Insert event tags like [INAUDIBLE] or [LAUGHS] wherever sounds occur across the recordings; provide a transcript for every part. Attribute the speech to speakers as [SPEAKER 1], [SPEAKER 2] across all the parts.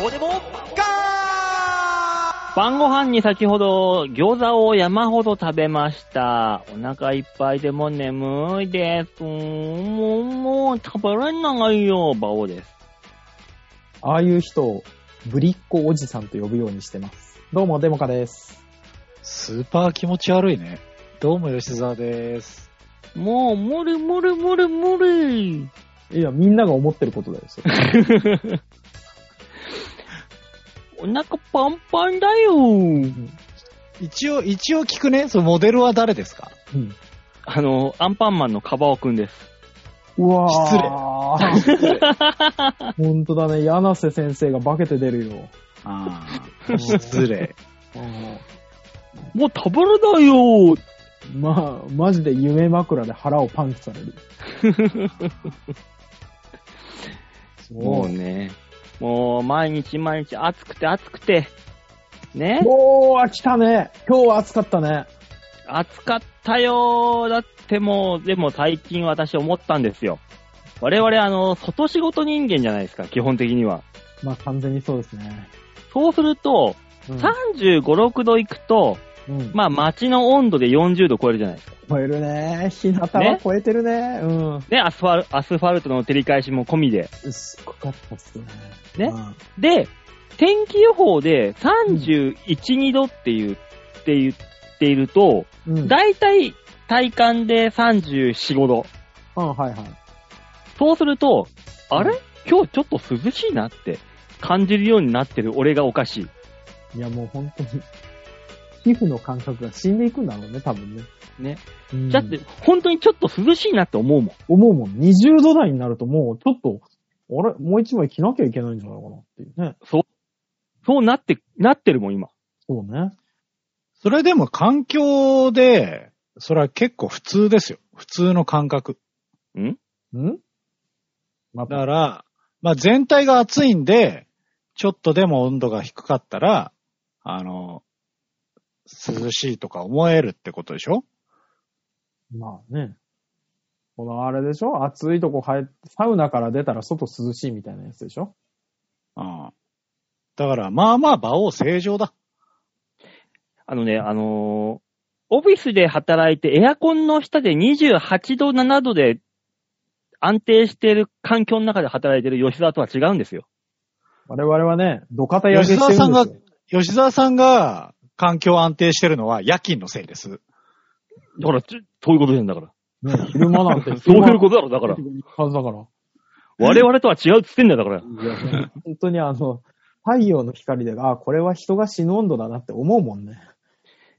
[SPEAKER 1] どうでもガー
[SPEAKER 2] 晩ご飯に先ほど餃子を山ほど食べました。お腹いっぱいでも眠いです。もう、もう食べられないよ、馬王です。
[SPEAKER 3] ああいう人を、ぶりっ子おじさんと呼ぶようにしてます。どうも、デモカです。
[SPEAKER 4] スーパー気持ち悪いね。どうも吉沢です。
[SPEAKER 2] もう、無理無理無理無理。
[SPEAKER 3] いや、みんなが思ってることだよ、それ。
[SPEAKER 2] お腹パンパンだよ。
[SPEAKER 4] 一応、一応聞くね。そのモデルは誰ですか
[SPEAKER 3] うん。
[SPEAKER 2] あの、アンパンマンのカバオくんです。
[SPEAKER 3] うわー。失 [LAUGHS] 礼。ほんとだね、柳瀬先生が化けて出るよ。
[SPEAKER 4] ああ、失礼。
[SPEAKER 2] もう食べれないよ。
[SPEAKER 3] まあ、マジで夢枕で腹をパンチされる。
[SPEAKER 2] もうね、もう毎日毎日暑くて暑くて、ね
[SPEAKER 3] う。おー、来たね。今日は暑かったね。
[SPEAKER 2] 暑かったよー。だってもう、でも最近私思ったんですよ。我々あの、外仕事人間じゃないですか、基本的には。
[SPEAKER 3] まあ、完全にそうですね。
[SPEAKER 2] そうすると、
[SPEAKER 3] うん
[SPEAKER 2] 35、6度行くと、
[SPEAKER 3] うん。
[SPEAKER 2] まあ街の温度で40度超えるじゃないですか。
[SPEAKER 3] 超えるね。日向は超えてるね。うん。
[SPEAKER 2] ね、アスファルアスファルトの照り返しも込みで。
[SPEAKER 3] すごかったっすね。
[SPEAKER 2] ね
[SPEAKER 3] うん
[SPEAKER 2] で、天気予報で31、2度って言って言っていると、
[SPEAKER 3] うん。
[SPEAKER 2] だいたい体感で34、5度。
[SPEAKER 3] うん、はいはい。
[SPEAKER 2] そうすると、あれ今日ちょっと涼しいなって感じるようになってる俺がおかしい。
[SPEAKER 3] いや、もう本当に、皮膚の感覚が死んでいくんだろうね、多分ね。
[SPEAKER 2] ね。
[SPEAKER 3] うん
[SPEAKER 2] だって、本当にちょっと涼しいなって思うもん。
[SPEAKER 3] 思うもん。20度台になるともう、ちょっと、あれもう一枚着なきゃいけないんじゃないかなっていうね。
[SPEAKER 2] そうなって、なってるもん、今。
[SPEAKER 3] そうね。
[SPEAKER 4] それでも環境で、それは結構普通ですよ。普通の感覚。
[SPEAKER 3] ん
[SPEAKER 4] だ
[SPEAKER 3] また、
[SPEAKER 4] から、まあ全体が暑いんで、ちょっとでも温度が低かったら、あの、涼しいとか思えるってことでしょ
[SPEAKER 3] まあね。このあれでしょ暑いとこ入って、サウナから出たら外涼しいみたいなやつでしょ
[SPEAKER 4] うん。だから、まあまあ、場を正常だ。
[SPEAKER 2] あのね、あのーオフィスで働いてエアコンの下で28度、7度で安定してる環境の中で働いてる吉沢とは違うんですよ。
[SPEAKER 3] 我々はね、土方焼けしてるんです
[SPEAKER 4] 吉
[SPEAKER 3] よ。
[SPEAKER 4] 沢さん吉沢さんが環境安定してるのは夜勤のせいです。
[SPEAKER 2] だから、ちそういうことなんだから。
[SPEAKER 3] ね、昼間なんて。
[SPEAKER 2] そういうことだろ、だから。
[SPEAKER 3] はずだから。
[SPEAKER 2] 我々とは違うっつってんだよ、だから。
[SPEAKER 3] いやね、 [LAUGHS] 本当にあの、太陽の光で、あこれは人が死ぬ温度だなって思うもんね。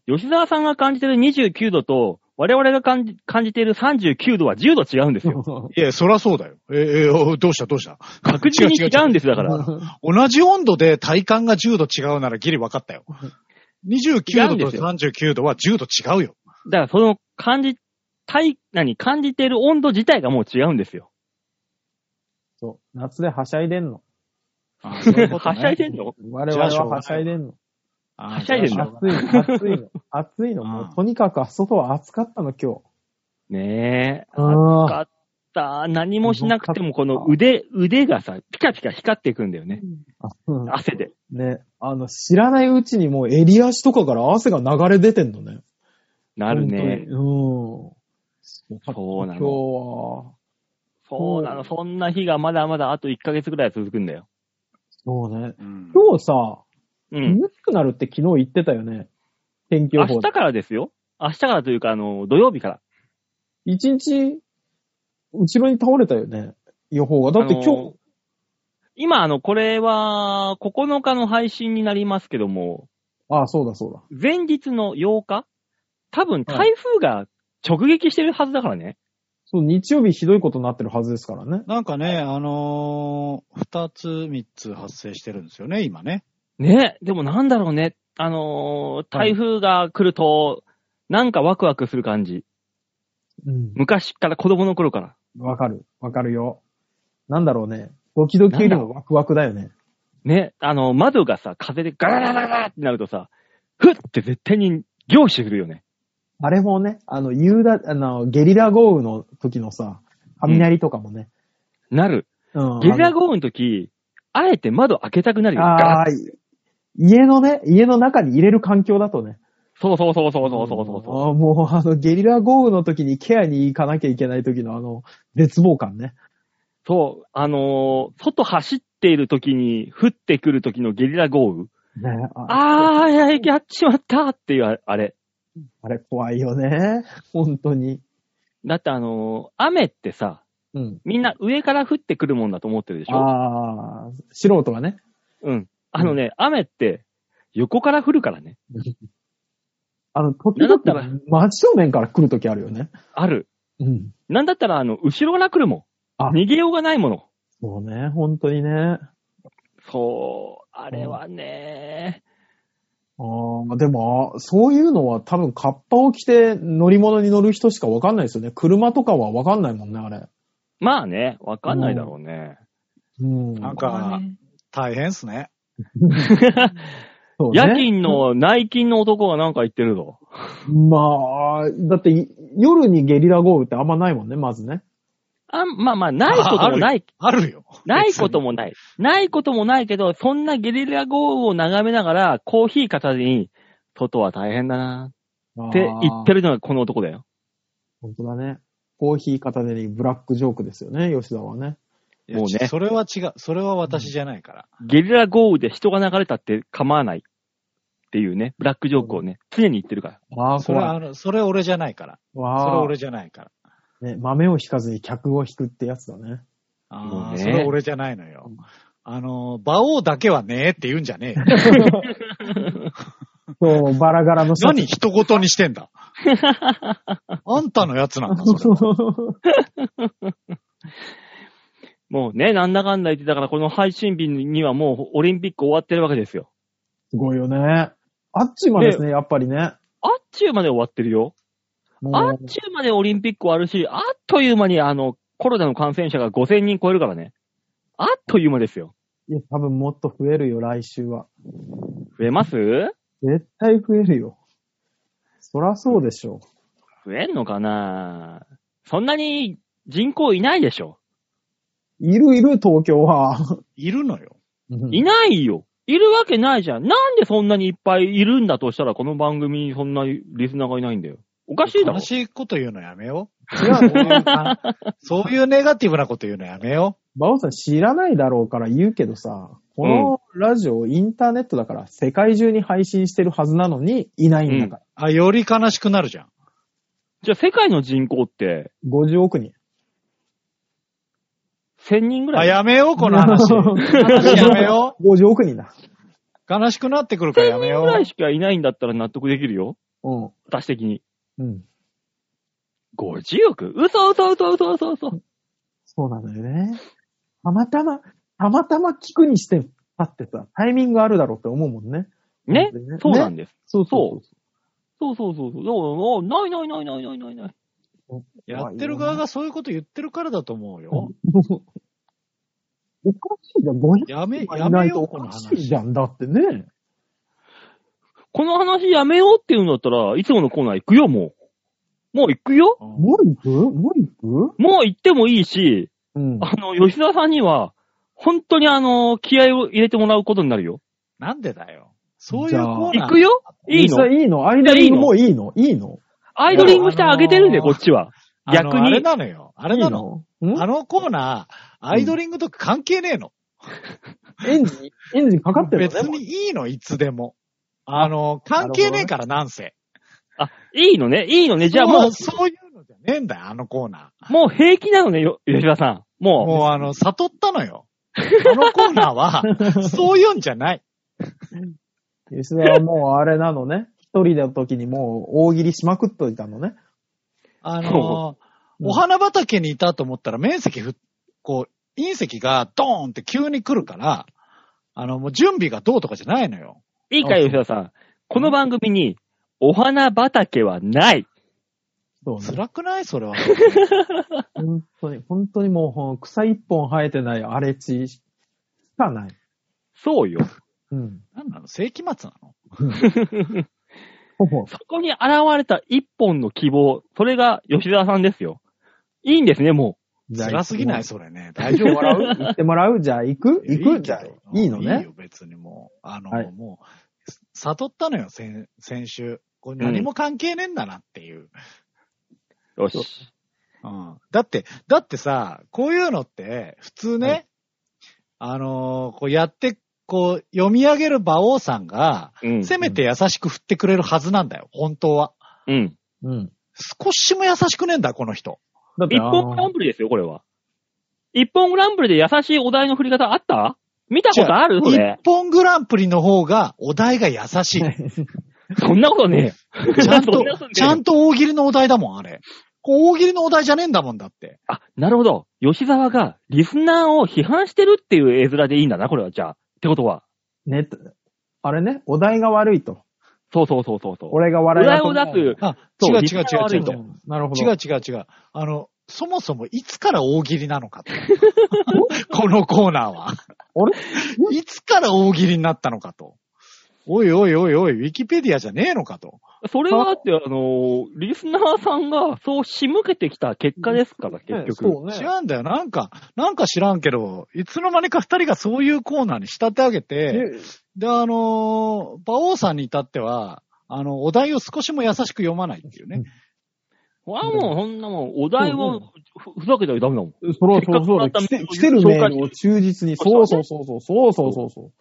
[SPEAKER 2] 吉沢さんが感じてる29度と、我々が感じ感じてる39度は10度違うんですよ。
[SPEAKER 4] いや、そらそうだよ。えーえーおどうしたどうした
[SPEAKER 2] 確実に違うんです、だから。
[SPEAKER 4] 同じ温度で体感が10度違うならギリ分かったよ。
[SPEAKER 2] 違うん
[SPEAKER 4] 29
[SPEAKER 2] で
[SPEAKER 4] 度
[SPEAKER 2] す
[SPEAKER 4] と
[SPEAKER 2] よ
[SPEAKER 4] 39度は10度違うよ。
[SPEAKER 2] だからその感じ、体、何、感じてる温度自体がもう違うんですよ。
[SPEAKER 3] そう。夏ではしゃいでんの。
[SPEAKER 4] そういうこと
[SPEAKER 2] は
[SPEAKER 4] ね
[SPEAKER 2] しゃいでんの
[SPEAKER 3] 我
[SPEAKER 4] じゃ
[SPEAKER 3] 々
[SPEAKER 4] あしょうが
[SPEAKER 3] は
[SPEAKER 4] ない
[SPEAKER 3] はしゃいでんの。
[SPEAKER 4] あー
[SPEAKER 2] はしゃいでんの
[SPEAKER 3] 暑いの、暑いの。暑いの。も
[SPEAKER 4] う
[SPEAKER 3] うんとにかく外は暑かったの、今日。
[SPEAKER 2] ねえ。暑
[SPEAKER 3] あ
[SPEAKER 2] かった。何もしなくても、この腕、腕がさ、ピカピカ光っていくんだよね。
[SPEAKER 3] うん
[SPEAKER 2] 汗で。
[SPEAKER 3] ね、あの、知らないうちにもう襟足とかから汗が流れ出てんのね。
[SPEAKER 2] なるね。
[SPEAKER 3] 本当に。うん。
[SPEAKER 2] そうなの。
[SPEAKER 3] 今日は、
[SPEAKER 2] そうなの。そんな日がまだまだあと1ヶ月ぐらい続くんだよ。
[SPEAKER 3] そうね。
[SPEAKER 4] うん
[SPEAKER 3] 今日さ、
[SPEAKER 2] うん。
[SPEAKER 3] 涼しくなるって昨日言ってたよね。天気予
[SPEAKER 2] 明
[SPEAKER 3] 報
[SPEAKER 2] 日
[SPEAKER 3] で。
[SPEAKER 2] からですよ。明日からというか、あの、土曜日から。
[SPEAKER 3] 一日、後ろに倒れたよね。予報が。だって今
[SPEAKER 2] あ
[SPEAKER 3] 日、
[SPEAKER 2] の今、あの、これは、9日の配信になりますけども、
[SPEAKER 3] ああ、そうだそうだ。
[SPEAKER 2] 前日の8日多分台風が直撃してるはずだからね。
[SPEAKER 3] そう、日曜日ひどいことになってるはずですからね。
[SPEAKER 4] なんかね、あのー、2つ3つ発生してるんですよね、今ね。
[SPEAKER 2] ね、でもなんだろうね。あのー台風が来ると、なんかワクワクする感じ。
[SPEAKER 3] うん。
[SPEAKER 2] 昔から子供の頃から。
[SPEAKER 3] わかる。わかるよ。なんだろうね。ドキドキよりもワクワクだよね。
[SPEAKER 2] ね、あの、窓がさ、風でガラガラガラガラってなるとさ、ふって絶対に凝視するよね。
[SPEAKER 3] あれもね、あの、夕だ、あの、ゲリラ豪雨の時のさ、雷とかもね。
[SPEAKER 2] なる。
[SPEAKER 3] うん。
[SPEAKER 2] ゲリラ
[SPEAKER 3] 豪
[SPEAKER 2] 豪雨の時、あえて窓開けたくなるよ。
[SPEAKER 3] あ
[SPEAKER 2] ガ
[SPEAKER 3] あ
[SPEAKER 2] ッ、
[SPEAKER 3] 家のね、家の中に入れる環境だとね。
[SPEAKER 2] そうそうそうそうそうそうそう
[SPEAKER 3] あーもう、あの、ゲリラ豪雨の時にケアに行かなきゃいけない時のあの、絶望感ね。
[SPEAKER 2] そう、あのー外走っている時に降ってくる時のゲリラ豪雨。
[SPEAKER 3] ねあ
[SPEAKER 2] あー、やっちまったっていうああれ。
[SPEAKER 3] あれ怖いよね。本当に。
[SPEAKER 2] だってあのー雨ってさ、
[SPEAKER 3] うん。
[SPEAKER 2] みんな上から降ってくるもんだと思ってるでしょ
[SPEAKER 3] ああ、素人はね。
[SPEAKER 2] うん。あのね、雨って横から降るからね。
[SPEAKER 3] あの、時
[SPEAKER 2] なんだ
[SPEAKER 3] 々
[SPEAKER 2] ったら、
[SPEAKER 3] 真正面から来る時あるよね。
[SPEAKER 2] ある。
[SPEAKER 3] うん。
[SPEAKER 2] なんだったらあの、後ろから来るもん。
[SPEAKER 3] あ
[SPEAKER 2] 逃げようがないもの。
[SPEAKER 3] そうね、本当にね。
[SPEAKER 2] そう、あれはね、
[SPEAKER 3] ああ、でも、そういうのは多分、カッパを着て乗り物に乗る人しかわかんないですよね。車とかはわかんないもんね、あれ。
[SPEAKER 2] まあね、わかんないだろうね。
[SPEAKER 3] うん。
[SPEAKER 4] なんか、大変っすね。
[SPEAKER 3] そうね
[SPEAKER 2] 夜勤の内勤の男がなんか言ってるぞ。
[SPEAKER 3] まあ、だってい、夜にゲリラ豪雨ってあんまないもんね、まずね。
[SPEAKER 2] あまあまあ、ないこと
[SPEAKER 4] ああ
[SPEAKER 2] も
[SPEAKER 4] る
[SPEAKER 2] ない、
[SPEAKER 4] あるよ。
[SPEAKER 2] ないこともない。ないこともないけど、そんなゲリラ豪雨を眺めながら、コーヒー片手に、外は大変だなって言って
[SPEAKER 3] る。
[SPEAKER 2] るのがこの男だよ。
[SPEAKER 3] 本当だね。コーヒー片手にブラックジョークですよね、吉田はね。
[SPEAKER 4] いや
[SPEAKER 2] もうね
[SPEAKER 4] それは違う。それは私じゃないから。
[SPEAKER 2] ゲリラ豪雨で人が流れたって構わないっていうね、ブラックジョークをね、常に言ってるから。
[SPEAKER 3] ああ、
[SPEAKER 4] それは
[SPEAKER 3] 怖い。
[SPEAKER 4] あの、それ俺じゃないから。それ
[SPEAKER 3] わあ、
[SPEAKER 4] 俺じゃないから。
[SPEAKER 3] ね、豆を引かずに客を引くってやつだ
[SPEAKER 2] [LAUGHS]
[SPEAKER 3] ね。
[SPEAKER 4] あ
[SPEAKER 2] もう
[SPEAKER 4] あ、
[SPEAKER 2] ね
[SPEAKER 4] それ俺じゃないのよ。あの、馬王だけはねえって言うんじゃ
[SPEAKER 2] [LAUGHS]
[SPEAKER 4] ねえよ。
[SPEAKER 3] そう、バラ柄のシャツ
[SPEAKER 4] 何一言にして
[SPEAKER 2] [LAUGHS]
[SPEAKER 4] んだ。あんたのやつなん
[SPEAKER 3] [LAUGHS]
[SPEAKER 4] だ、それ。
[SPEAKER 2] もうね、なんだかんだ言って、だからこの配信日にはもうオリンピック終わってるわけですよ。
[SPEAKER 3] すごいよね。あっちまでですね、やっぱりね。
[SPEAKER 2] あっちゅうまで終わってるよ。あ
[SPEAKER 3] も
[SPEAKER 2] っちゅうまでオリンピック終わるし、あっという間にあの、コロナの感染者が5000人超えるからね。あっという間ですよ。
[SPEAKER 3] う、いや、多分もっと増えるよ、来週は。
[SPEAKER 2] 増えます
[SPEAKER 3] 絶対増えるよ。そらそうでしょ
[SPEAKER 2] 増えんのかなそんなに人口いないでしょ
[SPEAKER 3] う。いるいる、東京は。
[SPEAKER 4] いるのよ。
[SPEAKER 2] いないよ。いるわけないじゃん。なんでそんなにいっぱいいるんだとしたら、この番組にそんなリスナーがいないんだよ。おかしいだろ
[SPEAKER 4] 悲。しいこと言うのやめよ
[SPEAKER 3] 違
[SPEAKER 4] う。そ
[SPEAKER 3] う
[SPEAKER 4] ういう
[SPEAKER 3] の
[SPEAKER 4] あそういうネガティブなこと言うのやめよ
[SPEAKER 3] バオさん知らないだろうから言うけどさ、このラジオ、インターネットだから世界中に配信してるはずなのに、いないんだから。
[SPEAKER 4] う。あ、より悲しくなるじゃん。
[SPEAKER 2] じゃあ世界の人口って
[SPEAKER 3] 50億人。
[SPEAKER 2] 1000人ぐら
[SPEAKER 4] あ、
[SPEAKER 2] い。 [LAUGHS]
[SPEAKER 4] やめよう、この話。
[SPEAKER 3] [LAUGHS]
[SPEAKER 4] 話やめよ
[SPEAKER 3] 50億人だ。
[SPEAKER 4] う。悲しくなってくるからやめよ。
[SPEAKER 2] ぐらいうしかいないんだったら納得できるよ。
[SPEAKER 3] うん。
[SPEAKER 2] 私的に。
[SPEAKER 3] うん。
[SPEAKER 2] 50億嘘嘘嘘嘘嘘嘘。
[SPEAKER 3] そうなのよね。たまたま、たまたま聞くにして、あってさ、タイミングあるだろうって思うもんね。
[SPEAKER 2] ね
[SPEAKER 3] ね
[SPEAKER 2] そうなんです。
[SPEAKER 3] そう
[SPEAKER 2] そう。そうそうそうそう。そうないないないないないないない。
[SPEAKER 4] やってる側がそういうこと言ってるからだと思うよ。
[SPEAKER 3] [LAUGHS] おかしいじゃん、500
[SPEAKER 4] やめ、
[SPEAKER 3] 人
[SPEAKER 4] や
[SPEAKER 3] いな
[SPEAKER 4] め
[SPEAKER 3] いと
[SPEAKER 4] よう、
[SPEAKER 3] お
[SPEAKER 4] この
[SPEAKER 3] かし
[SPEAKER 4] 話。
[SPEAKER 3] いじゃん、だってね。
[SPEAKER 2] この話やめようっていうんだったら、いつものコーナー行くよ、もう。もう行くよ
[SPEAKER 4] うん
[SPEAKER 3] もう行くもう行く
[SPEAKER 2] もう行ってもいいし、
[SPEAKER 3] うん。
[SPEAKER 2] あの、吉沢さんには、本当にあの、気合を入れてもらうことになるよ。
[SPEAKER 4] なんでだよ。そういうコーナー。
[SPEAKER 2] 行くよいいの
[SPEAKER 3] 実際いいのアイドリングもういいのいいの
[SPEAKER 2] アイドリングしてあげてるんで、
[SPEAKER 4] あの
[SPEAKER 2] こ
[SPEAKER 4] ー
[SPEAKER 2] っちは。
[SPEAKER 4] あの
[SPEAKER 2] 逆に
[SPEAKER 4] あれなのよ。あれ
[SPEAKER 3] いい
[SPEAKER 4] なの。
[SPEAKER 3] のん
[SPEAKER 4] あのコーナー、アイドリングとか関係ねえの。
[SPEAKER 3] エンジン、エンジンかかってる
[SPEAKER 4] 別
[SPEAKER 3] のね。
[SPEAKER 4] にいいの、いつでも。あの、関係ねえから、なんせ。
[SPEAKER 2] あ、いいのねいいのねじゃあもう、
[SPEAKER 4] そうそういうのじゃねえんだよ、あのコーナ
[SPEAKER 2] もう平気なのね、よ吉沢さん。
[SPEAKER 4] ー。
[SPEAKER 2] も
[SPEAKER 4] もう、あの、悟ったの
[SPEAKER 3] [LAUGHS]
[SPEAKER 4] よ。あのコーナーは、そういうんじゃない。
[SPEAKER 3] 吉田はもうあれなのね。一人の時にもう大喜利しまくっといたのね。
[SPEAKER 4] あ
[SPEAKER 2] そ
[SPEAKER 4] の、お花畑にいたと思ったら、面積ふ、こう、隕石がドーンって急に来るから、あの、もう準備がどうとかじゃないのよ。
[SPEAKER 2] う、いいかい、吉沢さん。この番組に、お花畑はない。
[SPEAKER 3] そうね。
[SPEAKER 4] 辛くないそれは。 [LAUGHS]
[SPEAKER 3] 本当に、本当にもうほん草一本生えてない荒れ地しかない。
[SPEAKER 2] そうよ。
[SPEAKER 3] うん。
[SPEAKER 4] なんなの世紀末なの
[SPEAKER 3] ほぼ
[SPEAKER 2] そこに現れた一本の希望、それが吉沢さんですよ。いいんですね、も
[SPEAKER 3] じゃあ
[SPEAKER 4] 辛すぎない
[SPEAKER 3] 行
[SPEAKER 4] それね。大丈夫笑う
[SPEAKER 3] ってもらうじゃあ行く行くじゃあいいの
[SPEAKER 4] いい
[SPEAKER 3] ね。
[SPEAKER 4] よ、別にもう。あの、
[SPEAKER 3] はい
[SPEAKER 4] もう、悟ったのよ、先、先週。これ
[SPEAKER 2] うん
[SPEAKER 4] 何も関係ねえんだなっていう。
[SPEAKER 2] よし。
[SPEAKER 4] うんだって、だってさ、こういうのって、普通ね、
[SPEAKER 2] はい
[SPEAKER 4] あのーこうやって、こう、読み上げる馬王さんが、
[SPEAKER 2] うん。
[SPEAKER 4] せめて優しく振ってくれるはずなんだよ、本当は。
[SPEAKER 2] うん。
[SPEAKER 3] うん。
[SPEAKER 4] 少しも優しくねえんだ、この人。
[SPEAKER 3] だって
[SPEAKER 2] 一、本グランプリですよ、これは。一本グランプリで優しいお題の振り方あった見たことあるそ
[SPEAKER 4] 一
[SPEAKER 2] れ。
[SPEAKER 4] 本グランプリの方が、お題が優しい。
[SPEAKER 2] そんなことねえ。
[SPEAKER 4] [LAUGHS] ちゃん
[SPEAKER 2] そ
[SPEAKER 4] と
[SPEAKER 2] なことね、え
[SPEAKER 4] ちゃんと大喜利のお題だもん、あれ。こう大喜利のお題じゃねえんだもんだって。
[SPEAKER 2] あ、なるほど。吉沢がリスナーを批判してるっていう絵面でいいんだな、これは。じゃあ。ってことは。
[SPEAKER 3] [LAUGHS] ネット、あれね、お題が悪いと。
[SPEAKER 2] そうそうそうそうそう。
[SPEAKER 3] 俺が
[SPEAKER 2] お
[SPEAKER 3] 笑い
[SPEAKER 2] 題
[SPEAKER 3] だと思
[SPEAKER 2] を出
[SPEAKER 3] う
[SPEAKER 2] す。
[SPEAKER 4] あ、違
[SPEAKER 2] そうう
[SPEAKER 4] 違う違
[SPEAKER 2] リスナーが悪
[SPEAKER 4] う違
[SPEAKER 2] いうと
[SPEAKER 4] 違う。
[SPEAKER 3] うんなるほど。
[SPEAKER 4] 違う違う違う。あの、そもそもいつから大喜利なのかと。 [LAUGHS] このコーナーは。
[SPEAKER 3] あれ
[SPEAKER 4] [LAUGHS] いつから大喜利になったのかと。おいおいおいおい、ウィキペディアじゃねえのかと。
[SPEAKER 2] それはだって、あの、リスナーさんがそう仕向けてきた結果ですから、結局。
[SPEAKER 3] そうね
[SPEAKER 4] 違。うんだよ。なんか、なんか知らんけど、いつの間にか二人がそういうコーナーに仕立て上げて、
[SPEAKER 3] え
[SPEAKER 4] で、あのー、馬王さんに至っては、あの、お題を少しも優しく読まないっていうね。
[SPEAKER 2] あ、もう、そんなもん、お題をふふざけたらダメだもん。
[SPEAKER 3] そらそうそうだ。来て来てるメールを忠実に。そうそうそうそう。そうそうそうそう。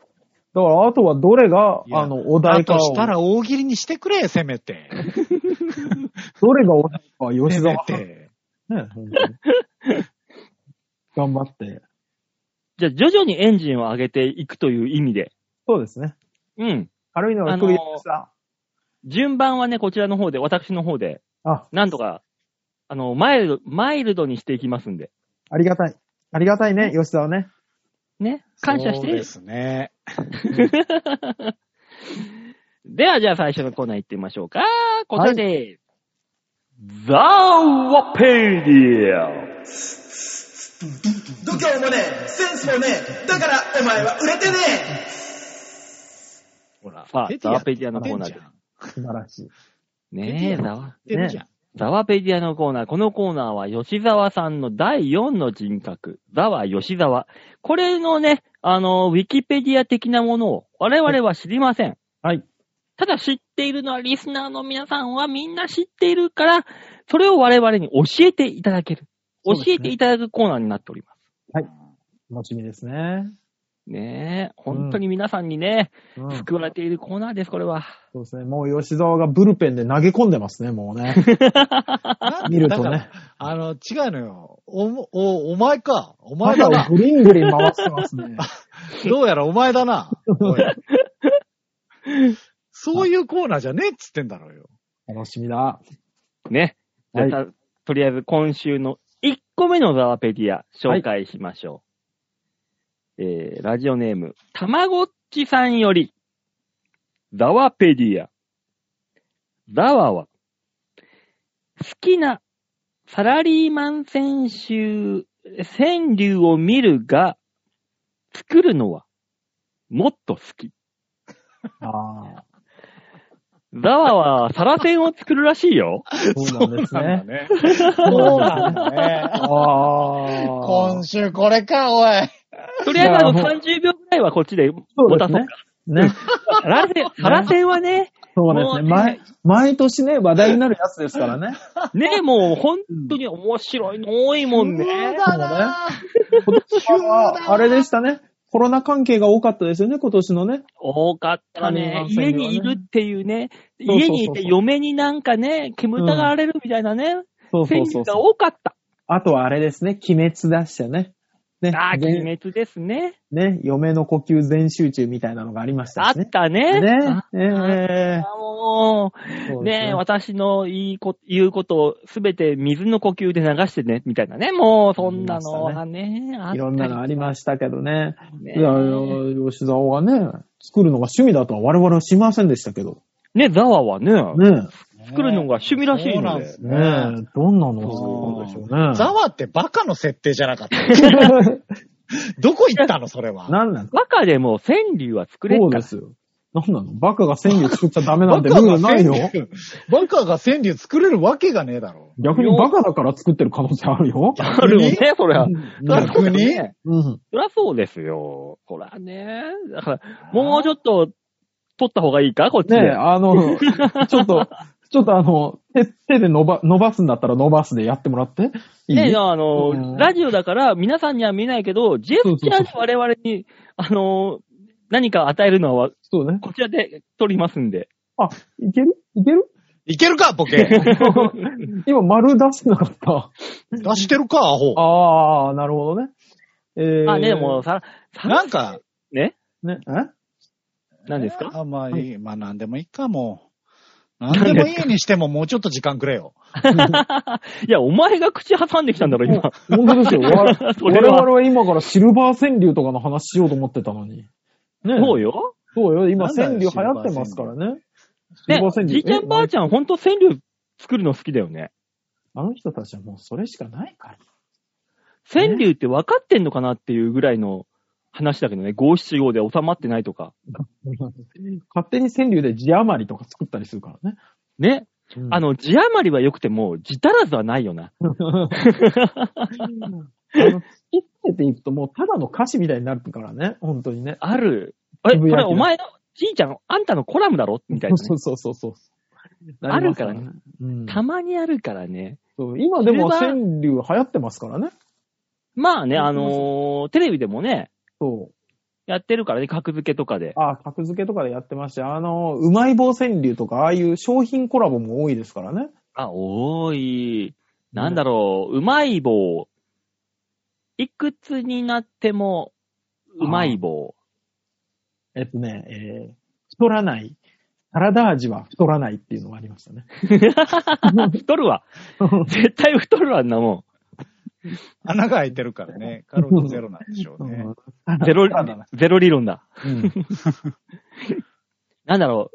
[SPEAKER 3] だから、あとはどれが
[SPEAKER 4] い、や
[SPEAKER 3] あの、お
[SPEAKER 4] だ
[SPEAKER 3] 題か
[SPEAKER 4] と
[SPEAKER 3] を
[SPEAKER 4] したら大喜利にしてくれ、せめて。
[SPEAKER 3] どれがお題かは吉
[SPEAKER 4] せめ
[SPEAKER 3] 沢。ね、
[SPEAKER 4] て。
[SPEAKER 3] 本当に頑張って。
[SPEAKER 2] じゃあ、徐々にエンジンを上げていくという意味で。
[SPEAKER 3] そうですね。
[SPEAKER 2] うん。
[SPEAKER 3] 軽いのが来るやつでした。
[SPEAKER 2] 順番はね、こちらの方で、私の方で、
[SPEAKER 3] あ、
[SPEAKER 2] なんとか、あの、マイルド、マイルドにしていきますんで。
[SPEAKER 3] ありがたい。ありがたいね、吉沢ね。
[SPEAKER 2] ね。感謝して
[SPEAKER 4] そうですね。
[SPEAKER 2] では、じゃあ最初のコーナー行ってみましょうか。こちらでーす。ザワペディア
[SPEAKER 1] 度胸もねえセンスもねえだからお前は売れてねえ
[SPEAKER 4] ほら。
[SPEAKER 2] さあ
[SPEAKER 4] ペディ
[SPEAKER 2] ザ
[SPEAKER 4] ア
[SPEAKER 2] ワペディアのコーナーで
[SPEAKER 4] 出てんじゃん
[SPEAKER 3] 素晴らしい。
[SPEAKER 2] ねえ、ザワ。
[SPEAKER 4] 出るじゃん。
[SPEAKER 2] ザワペディアのコーナー。このコーナーは吉沢さんの第4の人格。ザワ吉沢。これのね、あの、ウィキペディア的なものを我々は知りません。
[SPEAKER 3] はい。
[SPEAKER 2] ただ知っているのはリスナーの皆さんはみんな知っているから、それを我々に教えていただける。
[SPEAKER 3] そ
[SPEAKER 2] 教
[SPEAKER 3] うですね
[SPEAKER 2] えていただくコーナーになっております。
[SPEAKER 3] 楽しみですね。
[SPEAKER 2] ねえ、本当に皆さんにね、
[SPEAKER 3] うん。そ
[SPEAKER 2] 救われているコーナーです、これは。
[SPEAKER 3] うですね。もう吉沢がブルペンで投げ込んでますね、もう [LAUGHS] ね。
[SPEAKER 4] なん
[SPEAKER 3] 見ると
[SPEAKER 4] だから
[SPEAKER 3] ね。
[SPEAKER 4] あの、違うのよ。お、お、お前か。お前
[SPEAKER 3] 肌
[SPEAKER 4] だ
[SPEAKER 3] を
[SPEAKER 4] な。
[SPEAKER 3] グリングリン回してます [LAUGHS] ね。
[SPEAKER 4] どうやらお前だな。おいそういうコーナーじゃねえっつってんだろうよ。
[SPEAKER 3] 楽しみだ。
[SPEAKER 2] ね。じゃあ
[SPEAKER 3] はい
[SPEAKER 2] さとりあえず今週の1個目のザワペディア紹介しましょう。えー、ラジオネーム、たまごっちさんより、ザワペディア。ザワは、好きなサラリーマン選手、川柳を見るが、作るのは、もっと好き。
[SPEAKER 3] ああ、
[SPEAKER 2] ザワは、サラセンを作るらしい
[SPEAKER 3] [LAUGHS]
[SPEAKER 2] よ。
[SPEAKER 3] そうなんですね。
[SPEAKER 4] ね。
[SPEAKER 3] そう
[SPEAKER 4] なんだね。
[SPEAKER 3] ああ
[SPEAKER 4] 今。週これか、おい。
[SPEAKER 2] とりあえずあの
[SPEAKER 3] いやもう
[SPEAKER 2] 30秒くらいはこっちで持
[SPEAKER 3] そうで
[SPEAKER 2] た
[SPEAKER 3] す
[SPEAKER 2] そう
[SPEAKER 3] ね。ね。
[SPEAKER 2] サラセン、サラセンはね、
[SPEAKER 3] そうです
[SPEAKER 2] もう
[SPEAKER 3] ね。
[SPEAKER 2] ね
[SPEAKER 3] 毎、毎年ね、話題になるやつですからね。
[SPEAKER 2] ね、もう本当に面白いの多いもんね。
[SPEAKER 3] だなああれでしたね。コロナ関係が多かったですよね、今年のね。
[SPEAKER 2] 多かったね。
[SPEAKER 3] サラ
[SPEAKER 2] 家
[SPEAKER 3] リーマン
[SPEAKER 2] にいるっていうね。
[SPEAKER 3] そうそうそう
[SPEAKER 2] 家にいて嫁になんかね、煙たがられるみたいなね。
[SPEAKER 3] そうそ
[SPEAKER 2] 戦
[SPEAKER 3] うそ
[SPEAKER 2] 術
[SPEAKER 3] う
[SPEAKER 2] が
[SPEAKER 3] そう。
[SPEAKER 2] 多かった。
[SPEAKER 3] あとはあれですね、鬼滅出してね。ね。
[SPEAKER 2] ああ、鬼
[SPEAKER 3] 全
[SPEAKER 2] 滅ですね。
[SPEAKER 3] ね、嫁の呼吸全集中みたいなのがありました
[SPEAKER 2] あっ
[SPEAKER 3] しね。
[SPEAKER 2] たね。
[SPEAKER 3] ね。え
[SPEAKER 2] あ
[SPEAKER 3] え
[SPEAKER 2] あも
[SPEAKER 3] そう
[SPEAKER 2] う、
[SPEAKER 3] です
[SPEAKER 2] ね私のいいこ、言うことをすべて水の呼吸で流してね、みたいなね。もう、そんなのはね、あったり
[SPEAKER 3] いろんなのありましたけどね。
[SPEAKER 2] ね
[SPEAKER 3] いやいや、吉沢がね、作るのが趣味だとは我々は知りませんでしたけど。
[SPEAKER 2] ね、ザワはね、
[SPEAKER 3] ね
[SPEAKER 2] 作るのが趣味らしいので
[SPEAKER 3] え。ねえ、どんなのを作るんでしょうね。
[SPEAKER 4] ザワってバカの設定じゃなかった。どこ行ったの、それは。
[SPEAKER 3] [LAUGHS] なんなん
[SPEAKER 2] バカでも川柳は作れ
[SPEAKER 3] そ
[SPEAKER 2] る
[SPEAKER 3] う
[SPEAKER 2] から。
[SPEAKER 3] ですよ。なんなのバカが川柳作っちゃダメな
[SPEAKER 4] バ
[SPEAKER 3] んて
[SPEAKER 4] カ
[SPEAKER 3] ルール
[SPEAKER 4] が
[SPEAKER 3] ないよ。
[SPEAKER 4] 川柳、バカが川柳作れるわけがねえだろ。
[SPEAKER 3] 逆にバカだから作ってる可能性あるよ。
[SPEAKER 2] あるもんね、そりゃ。
[SPEAKER 4] 逆に
[SPEAKER 3] うん。
[SPEAKER 2] そりゃそうですよ。そりゃね。だから、もうちょっと、取った方がいいかこっちで。
[SPEAKER 3] ねえ、あの、ちょっと、ちょっとあの、手、手で伸ば、伸ばすんだったら伸ばすでやってもらって。いい
[SPEAKER 2] ねえ、あ
[SPEAKER 3] うん
[SPEAKER 2] の、ラジオだから皆さんには見えないけど、ジェスチャーで我々に、あの、何か与えるのは、
[SPEAKER 3] そうね。
[SPEAKER 2] こちらで取りますんで。
[SPEAKER 3] いけるいける
[SPEAKER 4] いけるか、ボ [LAUGHS] ケ。
[SPEAKER 3] 今丸出せなかった。
[SPEAKER 4] 出してるか、アホ。
[SPEAKER 3] ああ、なるほどね。えー、
[SPEAKER 2] あ、ねえ、もう、さ、さ、
[SPEAKER 4] なんか、
[SPEAKER 2] ね
[SPEAKER 3] ね。え
[SPEAKER 2] 何ですか
[SPEAKER 4] あ、まあいい。まあなんでもいいか、もう。なんでもいいにしてももうちょっと時間くれよ。
[SPEAKER 2] いや、お前が口挟んできたんだろ、
[SPEAKER 3] [LAUGHS]
[SPEAKER 2] 今。
[SPEAKER 3] 本当
[SPEAKER 2] [LAUGHS]
[SPEAKER 3] ですよ。わ
[SPEAKER 2] そ
[SPEAKER 3] 我
[SPEAKER 2] れは
[SPEAKER 3] 々は今からシルバー川柳とかの話しようと思ってたのに。ね
[SPEAKER 2] そうよ。
[SPEAKER 3] そうよ。今
[SPEAKER 4] なんだよ
[SPEAKER 3] 川柳流行ってますからね。シ
[SPEAKER 2] ね
[SPEAKER 3] ルバー川、
[SPEAKER 2] じ
[SPEAKER 3] 柳。
[SPEAKER 2] いちゃんばあ
[SPEAKER 3] え
[SPEAKER 2] ちゃん、ほんと川柳作るの好きだよね。
[SPEAKER 3] あの人たちはもうそれしかないから。
[SPEAKER 2] 川柳って分かってんのかなっていうぐらいの話だけどね、五七五で収まってないとか。
[SPEAKER 3] [LAUGHS] 勝手に川柳で字余りとか作ったりするからね。
[SPEAKER 2] ね。あ
[SPEAKER 3] の、
[SPEAKER 2] の、字余りは良くても、字足らずはないよな。
[SPEAKER 3] あの突き詰めていくともうただの歌詞みたいになるからね。本当にね。
[SPEAKER 2] ある。え、こ
[SPEAKER 3] つぶやき
[SPEAKER 2] れ
[SPEAKER 3] だ
[SPEAKER 2] お前の、じいちゃん、あんたのコラムだろみたいなね、
[SPEAKER 3] そうそうそうそう。
[SPEAKER 2] あるからね
[SPEAKER 3] なりますからね。うん
[SPEAKER 2] たまにあるからね。
[SPEAKER 3] そう今でも
[SPEAKER 2] シルバー
[SPEAKER 3] 川柳流行ってますからね。
[SPEAKER 2] まあね、あのーテレビでもね、
[SPEAKER 3] そう。
[SPEAKER 2] やってるからね、格付けとかで。
[SPEAKER 3] あ、格付けとかでやってまして、あの、うまい棒川柳とか、ああいう商品コラボも多いですからね。
[SPEAKER 2] あ、多い。なんだろう、うまい棒。いくつになっても、うまい棒。
[SPEAKER 3] えっとね、えー太らない。サラダ味は太らないっていうのがありまし
[SPEAKER 2] [LAUGHS]
[SPEAKER 3] たね。
[SPEAKER 2] 太るわ。絶対太るわ、あんなも
[SPEAKER 4] 穴が開いてるから
[SPEAKER 3] [LAUGHS]
[SPEAKER 4] ね。カロリーゼロなんでしょうね。
[SPEAKER 2] ん。ゼロ、
[SPEAKER 3] サラダだ
[SPEAKER 2] ゼロ理論だ。
[SPEAKER 3] うん
[SPEAKER 2] なんだろ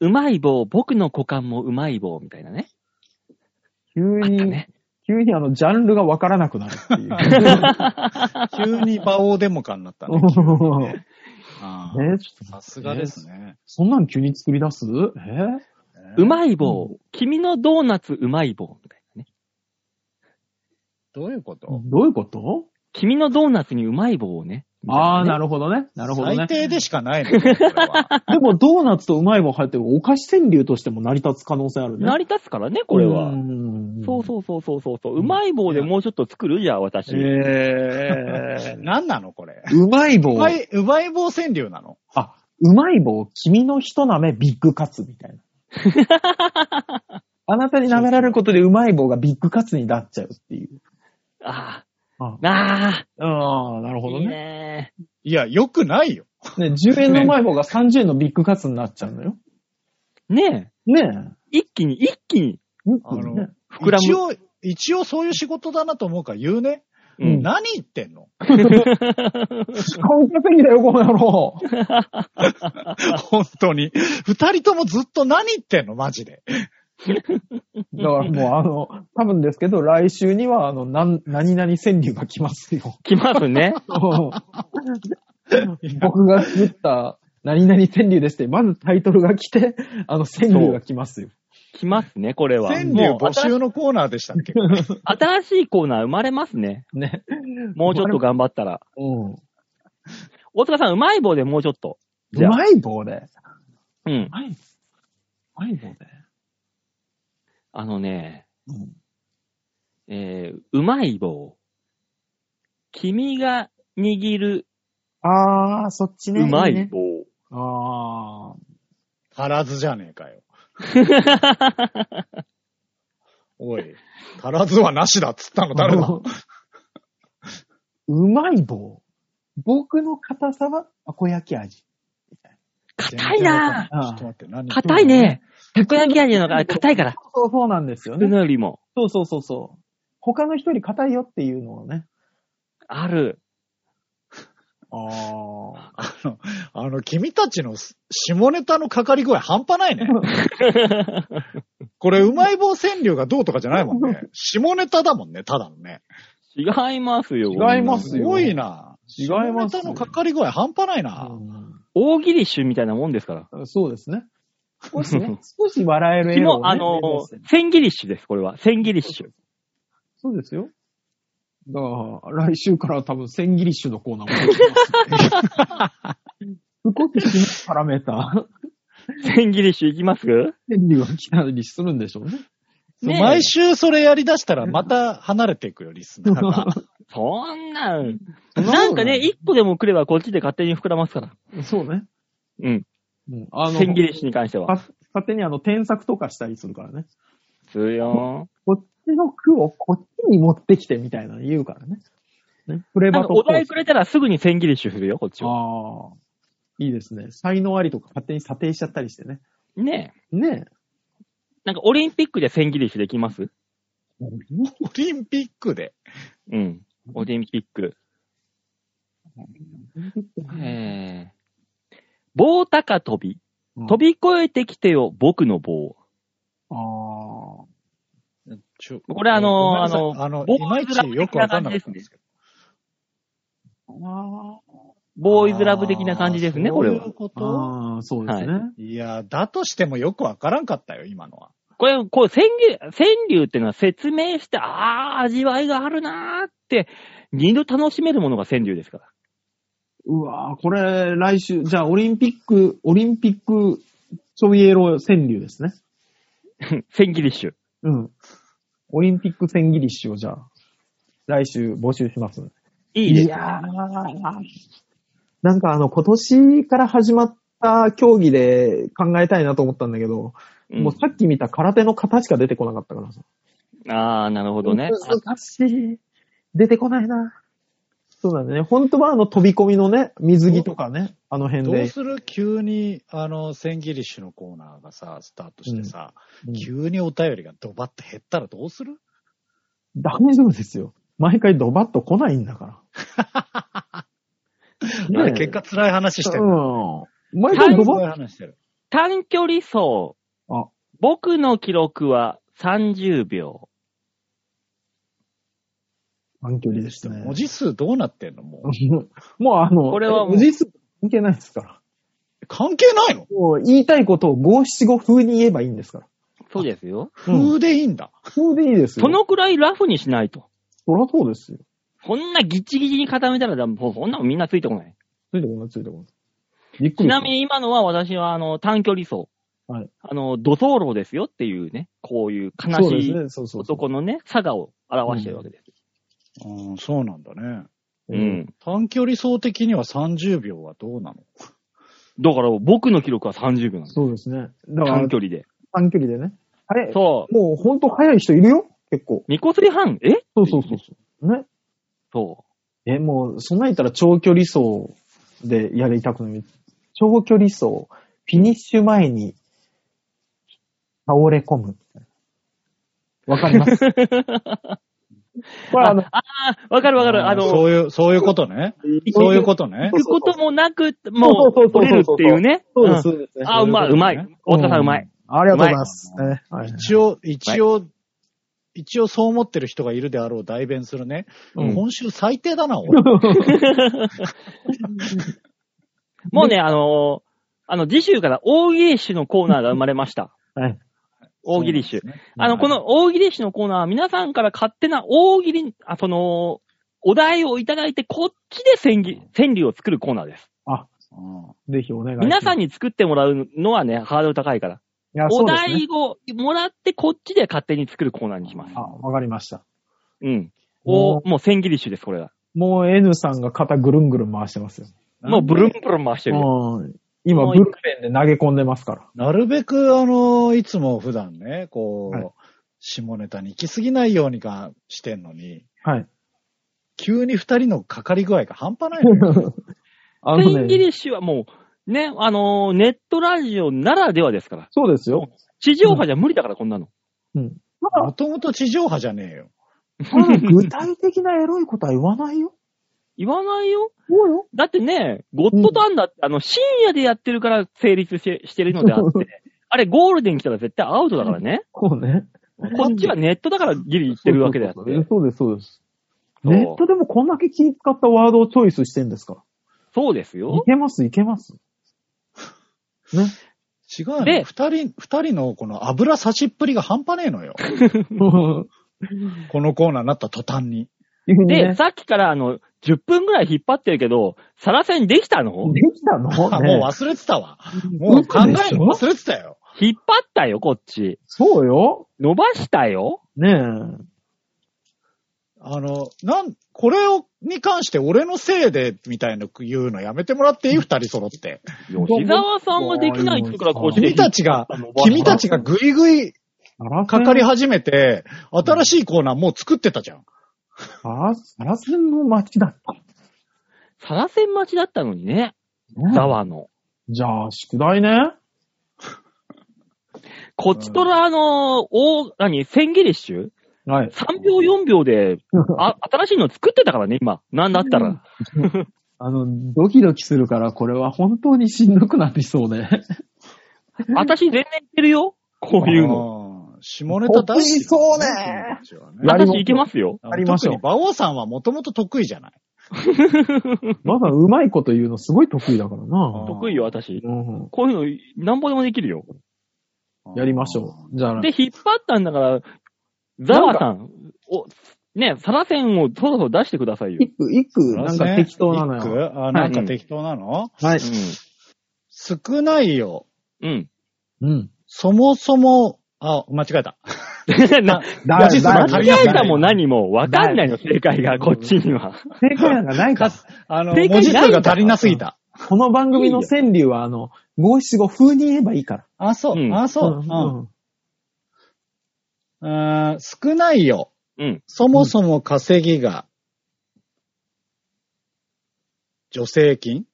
[SPEAKER 2] う。うまい棒、僕の股間もうまい棒みたいなね。
[SPEAKER 3] 急
[SPEAKER 2] あった
[SPEAKER 3] に、
[SPEAKER 2] ね。
[SPEAKER 3] 急にあの、ジャンルがわからなくなるって
[SPEAKER 2] [LAUGHS]
[SPEAKER 3] いう。 [LAUGHS]
[SPEAKER 4] 急に馬王デモカになったね。
[SPEAKER 3] ね
[SPEAKER 4] あ
[SPEAKER 3] ち
[SPEAKER 4] ー
[SPEAKER 3] ょっと
[SPEAKER 4] さすがですね。
[SPEAKER 3] そんなん急に作り出すえ
[SPEAKER 2] うまい棒、君のドーナツうまい棒みたいなね。
[SPEAKER 4] どういうこと
[SPEAKER 3] どういうこと
[SPEAKER 2] 君のドーナツにうまい棒をね。
[SPEAKER 3] ああ、な
[SPEAKER 2] る
[SPEAKER 3] るほどね。なるほどね
[SPEAKER 4] 最。低でしかないのよこれ
[SPEAKER 3] [LAUGHS]
[SPEAKER 4] は
[SPEAKER 3] でも、ドーナツとうまい棒入ってるお菓子川柳としても成り立つ可能性あるね。
[SPEAKER 2] 成り立つからね、これは。
[SPEAKER 3] そ
[SPEAKER 2] そうそうそうそうそうそう。うまい棒でもうちょっと作るじゃあ、私。
[SPEAKER 3] え
[SPEAKER 4] 何なのこれ。
[SPEAKER 3] ー、うまいう棒。
[SPEAKER 4] まい、うまい棒川柳なの
[SPEAKER 3] あ、うまい棒、君の一舐めビッグカツみたいな。あなたに舐められることでうまい棒がビッグカツになっちゃうっていう。
[SPEAKER 2] あ
[SPEAKER 3] あ
[SPEAKER 2] あ、な
[SPEAKER 3] あ、なる
[SPEAKER 2] あ、
[SPEAKER 3] ほ
[SPEAKER 2] いい。ね。
[SPEAKER 4] いや、よくないよ。
[SPEAKER 3] ね、10円のうまい棒が30円のビッグカツになっちゃうのよ。
[SPEAKER 2] ね
[SPEAKER 3] ね
[SPEAKER 2] え、一気に、一気に
[SPEAKER 3] え。よ
[SPEAKER 4] あ
[SPEAKER 3] く
[SPEAKER 4] の
[SPEAKER 3] ね。
[SPEAKER 2] 膨ら
[SPEAKER 4] 一
[SPEAKER 2] む。
[SPEAKER 4] 応、一応そういう仕事だなと思うから言うね。
[SPEAKER 2] う
[SPEAKER 3] うん
[SPEAKER 2] ん、
[SPEAKER 4] 何言ってんの
[SPEAKER 3] 顔稼ぎだよ、この野 [LAUGHS] 郎。
[SPEAKER 4] [LAUGHS] 本当に。二人ともずっと何言ってんのマジで。
[SPEAKER 3] だからもうあの、多分ですけど、来週にはあの、なん、何々川柳が来ます [LAUGHS] よ。
[SPEAKER 2] きますね。
[SPEAKER 3] 僕が作った何々川柳ですって、まずタイトルが来て、あの川柳が来ますよ。
[SPEAKER 2] きますね、これは。
[SPEAKER 4] 川柳
[SPEAKER 2] もう
[SPEAKER 4] 募集のコーナーでしたっけう
[SPEAKER 2] 新しいコーナー生まれますね。
[SPEAKER 3] ね。
[SPEAKER 2] もうちょっと頑張ったら。
[SPEAKER 3] うん。う
[SPEAKER 2] 大塚さん、うまい棒でもうちょっと。じゃあ
[SPEAKER 3] まい棒で。
[SPEAKER 2] うん。
[SPEAKER 3] まい、うまい棒で。
[SPEAKER 2] あのね、
[SPEAKER 3] うん
[SPEAKER 2] えー、うまい棒。君が握る
[SPEAKER 3] あー、そっちね。
[SPEAKER 2] うまい
[SPEAKER 3] ね
[SPEAKER 2] 棒。
[SPEAKER 3] あー。
[SPEAKER 4] 足らずじゃねえかよ。おい、足らずはなしだっつったの誰だ
[SPEAKER 3] [LAUGHS] うまい棒。僕の硬さは、たこ焼き味。
[SPEAKER 2] [LAUGHS] 硬いな
[SPEAKER 4] ちょっと待って、何言ってんの
[SPEAKER 2] 硬い。ね。たこ焼き味のが硬いから。
[SPEAKER 3] そう [LAUGHS] そうなんですよ
[SPEAKER 2] 普通
[SPEAKER 3] ね。
[SPEAKER 2] のよりも。
[SPEAKER 3] そうそうそうそう。他の人より硬いよっていうのをね。
[SPEAKER 2] ある。
[SPEAKER 3] ああ。
[SPEAKER 4] あの、あの、君たちのす下ネタのかかり声半端 [LAUGHS] ないね。これ、うまい棒川柳がどうとかじゃないもん [LAUGHS] ね。下ネタだもんね、ただのね。
[SPEAKER 2] 違いますよ。
[SPEAKER 3] 違います
[SPEAKER 4] すごいな。
[SPEAKER 3] 違います
[SPEAKER 4] 下ネタのかかり声半端ないな。
[SPEAKER 3] うん
[SPEAKER 2] 大喜利集みたいなもんですから。
[SPEAKER 3] そうですね。少しね、少し笑える
[SPEAKER 2] うち
[SPEAKER 3] エロを、
[SPEAKER 2] も、
[SPEAKER 3] ね、
[SPEAKER 2] あの
[SPEAKER 3] 目指して、
[SPEAKER 2] 千切りッシュです、これは。千切りッシュ。
[SPEAKER 3] そうですよ。だから、来週からは多分、千切りッシュのコーナーもできます、ね。少し締め絡めた、
[SPEAKER 2] 千切りッシュいきます
[SPEAKER 3] 千里が来たりするんでしょうね。
[SPEAKER 2] ねえ
[SPEAKER 4] 毎週それやり出したらまた離れていくよ、リスナー
[SPEAKER 2] [LAUGHS]
[SPEAKER 4] が。
[SPEAKER 2] そんなん。
[SPEAKER 3] そんなもん
[SPEAKER 2] なんかね、一個でも来ればこっちで勝手に膨らますから。
[SPEAKER 3] そうね。
[SPEAKER 2] うん。
[SPEAKER 3] うん、あの、
[SPEAKER 2] 千切りッシュに関しては。
[SPEAKER 3] か勝手にあの、添削とかしたりするからね。
[SPEAKER 2] 強いよ
[SPEAKER 3] こっちの句をこっちに持ってきてみたいなの言うからね。ね。フレ
[SPEAKER 2] ー。なん
[SPEAKER 3] バ
[SPEAKER 2] か
[SPEAKER 3] と
[SPEAKER 2] お題くれたらすぐに千切りッシュするよ、こっちは。
[SPEAKER 3] ああ。いいですね。才能ありとか勝手に査定しちゃったりしてね。
[SPEAKER 2] ねえ。
[SPEAKER 3] ねえ。
[SPEAKER 2] なんかオリンピックで千切りッシュできます
[SPEAKER 4] オリンピックで。
[SPEAKER 2] うん。オリンピック。
[SPEAKER 3] 飛
[SPEAKER 2] へえ。棒高跳び。飛び越えてきてよ、僕の棒。
[SPEAKER 3] ああ。
[SPEAKER 2] これあのー
[SPEAKER 4] ごめんなさい
[SPEAKER 2] あの
[SPEAKER 4] いまいちよくわかんなかったんですけど。
[SPEAKER 3] あ
[SPEAKER 2] ボーイズラブ的な感じですね、
[SPEAKER 4] あー
[SPEAKER 2] これは
[SPEAKER 4] そういう。こと
[SPEAKER 3] あー、そうですね。
[SPEAKER 2] はい
[SPEAKER 4] や、だとしてもよくわからんかったよ、今のは。
[SPEAKER 2] これ、こう、川柳、川柳ってのは説明して、ああ、味わいがあるなーって、二度楽しめるものが川柳ですから。
[SPEAKER 3] うわーこれ、来週、じゃあ、オリンピック、オリンピック、ちょいエロ川柳ですね。
[SPEAKER 2] 千切りッシュ。
[SPEAKER 3] うん。オリンピック千切り誌をじゃあ、来週募集します。
[SPEAKER 2] いいです。
[SPEAKER 3] やーなんかあの、今年から始まった競技で考えたいなと思ったんだけど、
[SPEAKER 2] うん
[SPEAKER 3] もうさっき見た空手の型しか出てこなかったからさ。
[SPEAKER 2] ああ、なるほどね。
[SPEAKER 3] 難しい。出てこないな。そうだね。本当はあの飛び込みのね、水着とかね、あの辺
[SPEAKER 4] どう
[SPEAKER 3] で。
[SPEAKER 4] する急に、あの、千切りッシュのコーナーがさ、スタートしてさ、
[SPEAKER 3] うん
[SPEAKER 4] 急にお便りがドバッと減ったらどうする
[SPEAKER 3] 大丈夫ですよ。毎回ドバッと来ないんだから。
[SPEAKER 4] あれ結果辛い話してる。
[SPEAKER 3] うん。毎回ド
[SPEAKER 4] 辛い
[SPEAKER 3] バッ
[SPEAKER 4] 話してる。
[SPEAKER 2] 短距離走。
[SPEAKER 3] あ
[SPEAKER 2] 僕の記録は30秒。
[SPEAKER 3] 短距離でしたね。
[SPEAKER 4] 文字数どうなってんのもう。
[SPEAKER 3] [LAUGHS] もうあの、
[SPEAKER 2] これはもう
[SPEAKER 3] 無実関係ないですから。
[SPEAKER 4] 関係ないの
[SPEAKER 3] もう言いたいことを五七五風に言えばいいんですから。
[SPEAKER 2] そうですよ。
[SPEAKER 3] うん
[SPEAKER 4] 風でいいんだ。
[SPEAKER 3] 風でいいですよ。
[SPEAKER 2] そのくらいラフにしないと。
[SPEAKER 3] そらそうですよ。
[SPEAKER 2] こんなギチギチに固めたら、だもうそんなのみんなついてこない。
[SPEAKER 3] ついてこない、ついてこない。びっく
[SPEAKER 2] ち
[SPEAKER 3] り
[SPEAKER 2] なみに今のは私は、あの、短距離走。
[SPEAKER 3] はい
[SPEAKER 2] あの、土走路ですよっていうね、こういう
[SPEAKER 3] した
[SPEAKER 2] 悲
[SPEAKER 3] そうで
[SPEAKER 2] し
[SPEAKER 3] す
[SPEAKER 2] い
[SPEAKER 3] ね、そうそうそう。
[SPEAKER 2] 男のね、差がを表してるわけです。
[SPEAKER 4] うん、そうなんだね。
[SPEAKER 2] うん。
[SPEAKER 4] 短距離走的には30秒はどうなの
[SPEAKER 2] だから僕の記録は30秒なんです。
[SPEAKER 3] そうですね。だから
[SPEAKER 2] 短距離で。
[SPEAKER 3] 短距離でね。あれ
[SPEAKER 2] そ
[SPEAKER 3] もうほんと早い人いるよ結構。
[SPEAKER 2] う。ニコスリ半え
[SPEAKER 3] そうそうそうそう。ね。
[SPEAKER 2] そ
[SPEAKER 3] え、もう、そんなん言ったら長距離走でやりたくない。長距離走、フィニッシュ前に倒れ込む。わかります。これあの、
[SPEAKER 2] う。わかるわかる。あの、
[SPEAKER 4] そういう、そういうことね。そういうことね。
[SPEAKER 2] 行くこともなく、も
[SPEAKER 3] そう
[SPEAKER 2] う、
[SPEAKER 3] そうそうそう
[SPEAKER 2] 取れるっていうね。
[SPEAKER 3] そうです、
[SPEAKER 2] ん
[SPEAKER 3] そうですね。
[SPEAKER 2] あ、うまい、うまい。大田さんうまい。。
[SPEAKER 3] ありがとうございます。ねはい
[SPEAKER 4] 一応、一応、一応そう思ってる人がいるであろう代弁するね。
[SPEAKER 2] うん
[SPEAKER 4] 今週最
[SPEAKER 2] [LAUGHS]
[SPEAKER 4] 低だな、俺。
[SPEAKER 2] もうね、あのーあの、次週から大喜利種のコーナーが生まれました。
[SPEAKER 3] はい。
[SPEAKER 2] 大喜利種。
[SPEAKER 4] そうなんですね
[SPEAKER 2] あの、こ、の大喜利種のコーナーは皆さんから勝手な大喜利、あ、その、お題をいただいて、こっちで川柳、川柳を作るコーナーです。
[SPEAKER 4] うん
[SPEAKER 3] ぜひお願いします。
[SPEAKER 2] 皆さん
[SPEAKER 3] に、
[SPEAKER 2] に作ってもらうのはね、ハードル高いから。お題をもらって、こっちで勝手に作るコーナーにします
[SPEAKER 3] あ、。わかりました。
[SPEAKER 2] うん。
[SPEAKER 3] も
[SPEAKER 2] お、もう千切り種です、これは。
[SPEAKER 3] う、もう N さんが肩ぐるんぐるん回してますよ。
[SPEAKER 2] もうブルンブルン回してるよ。
[SPEAKER 3] うん。今、ブルペンで投げ込んでますから。
[SPEAKER 4] なるべく、あの、いつも普段ね、こう、
[SPEAKER 3] はい
[SPEAKER 4] 下ネタに行き過ぎないようにがしてんのに、
[SPEAKER 3] はい。
[SPEAKER 4] 急に二人のかかり具合が半端ない
[SPEAKER 2] [LAUGHS]
[SPEAKER 4] のよ。
[SPEAKER 3] あ
[SPEAKER 2] ペンギ
[SPEAKER 3] ね、
[SPEAKER 2] リッシュはもう、ね、あのーネットラジオならではですから。
[SPEAKER 3] そうですよ。
[SPEAKER 2] 地上波じゃ無理だから、こんなの。
[SPEAKER 3] うん。
[SPEAKER 4] もともと地上波じゃねえよ。
[SPEAKER 3] ただ具体的なエロいことは言わないよ。
[SPEAKER 2] 言わないよ。
[SPEAKER 3] そうよ。
[SPEAKER 2] だってね、ゴッドタンだって、あの、深夜でやってるから成立してしてるのであって、
[SPEAKER 3] [LAUGHS]
[SPEAKER 2] あれゴールデン来たら絶対アウトだからね。
[SPEAKER 3] こうね。
[SPEAKER 2] こっちはネットだからギリ言ってるわけであって。
[SPEAKER 3] そうです、そうです。
[SPEAKER 2] そう
[SPEAKER 3] ネットでもこんだけ気使ったワードをチョイスしてんですから。
[SPEAKER 2] そうです
[SPEAKER 3] い
[SPEAKER 2] よ。 [LAUGHS]
[SPEAKER 3] けます、いけます。ね。
[SPEAKER 4] 違うの
[SPEAKER 2] で
[SPEAKER 4] 二人、二人のこの油差しっぷりが半端ねえのよ。このコーナーになった途端に。
[SPEAKER 3] 急に
[SPEAKER 2] で、
[SPEAKER 3] ね、
[SPEAKER 2] さっきからあの、10分ぐらい引っ張ってるけど、サラセンできたの
[SPEAKER 3] できたの
[SPEAKER 4] あ
[SPEAKER 3] ね
[SPEAKER 4] もう忘れてたわ。もう考えるの忘れてたよ。
[SPEAKER 2] 引っ張ったよ、こっち。
[SPEAKER 3] そうよ。
[SPEAKER 2] 伸ばしたよ。
[SPEAKER 3] ねえ。
[SPEAKER 4] あの、なん、これを、に関して俺のせいで、みたいな言うのやめてもらっていい二人揃って。
[SPEAKER 2] 吉沢さんができないって言うから、こっちで引っ張
[SPEAKER 4] 君た
[SPEAKER 2] っ
[SPEAKER 4] ちが、
[SPEAKER 2] たの。
[SPEAKER 4] 君たちがぐいぐいかかり始めて、新しいコーナーもう作ってたじゃん。
[SPEAKER 3] サラサラセンの街だった。
[SPEAKER 2] サラセン待ちだったのにね。
[SPEAKER 3] ね
[SPEAKER 2] ザワの。
[SPEAKER 3] じゃあ、宿題ね。
[SPEAKER 2] こっちとら、あの、大、何、千ギリッシュ [LAUGHS]
[SPEAKER 3] はい。
[SPEAKER 2] ?3 秒4秒で、あ、新しいの作ってたからね、今。なんだったら。
[SPEAKER 3] あの、ドキドキするから、これは本当にしんどくなりそうで。
[SPEAKER 2] 私全然いけるよ。こういうの。
[SPEAKER 4] の。下ネタ大好きだもん
[SPEAKER 3] 得
[SPEAKER 4] 君たちは
[SPEAKER 3] やり
[SPEAKER 2] 私
[SPEAKER 3] もん
[SPEAKER 2] いけますよ。
[SPEAKER 3] やりましょう
[SPEAKER 4] 特に馬王さんはもともと得意じゃない。
[SPEAKER 3] まだうまいこと言うのすごい得意だからな。
[SPEAKER 2] 得意よ、私。
[SPEAKER 3] うん。
[SPEAKER 2] こういうの、なんぼでもできるよ。
[SPEAKER 3] やりましょう。じゃあ、
[SPEAKER 2] で、引っ張ったんだから、ザワさん、お、ね、サラセンをそろそろ出してくださいよ。
[SPEAKER 3] 一句、一句、なんか適当なの
[SPEAKER 4] 一
[SPEAKER 3] よ。
[SPEAKER 4] 句あ、なんか適当なの
[SPEAKER 3] はい。
[SPEAKER 4] 少ないよ。
[SPEAKER 2] うん。
[SPEAKER 3] うん。
[SPEAKER 4] そもそも、あ、間違えた。
[SPEAKER 2] うん。な、
[SPEAKER 3] だ
[SPEAKER 4] ラジス
[SPEAKER 3] だ
[SPEAKER 4] の
[SPEAKER 2] 間
[SPEAKER 4] 旅は
[SPEAKER 2] 違えたも何もわかんないの、正解が、こっちには。
[SPEAKER 3] 正解なんかないか
[SPEAKER 4] か。あ
[SPEAKER 2] 正解
[SPEAKER 4] の、
[SPEAKER 2] ない
[SPEAKER 4] 文字数が足りなすぎた。
[SPEAKER 3] この番組の川柳は、あの、五七五風に言えばいいから。
[SPEAKER 4] あ、そう、
[SPEAKER 2] うん
[SPEAKER 4] あ、そう、うんうん少ないよ。
[SPEAKER 2] うん。
[SPEAKER 4] そもそも稼ぎが、助成金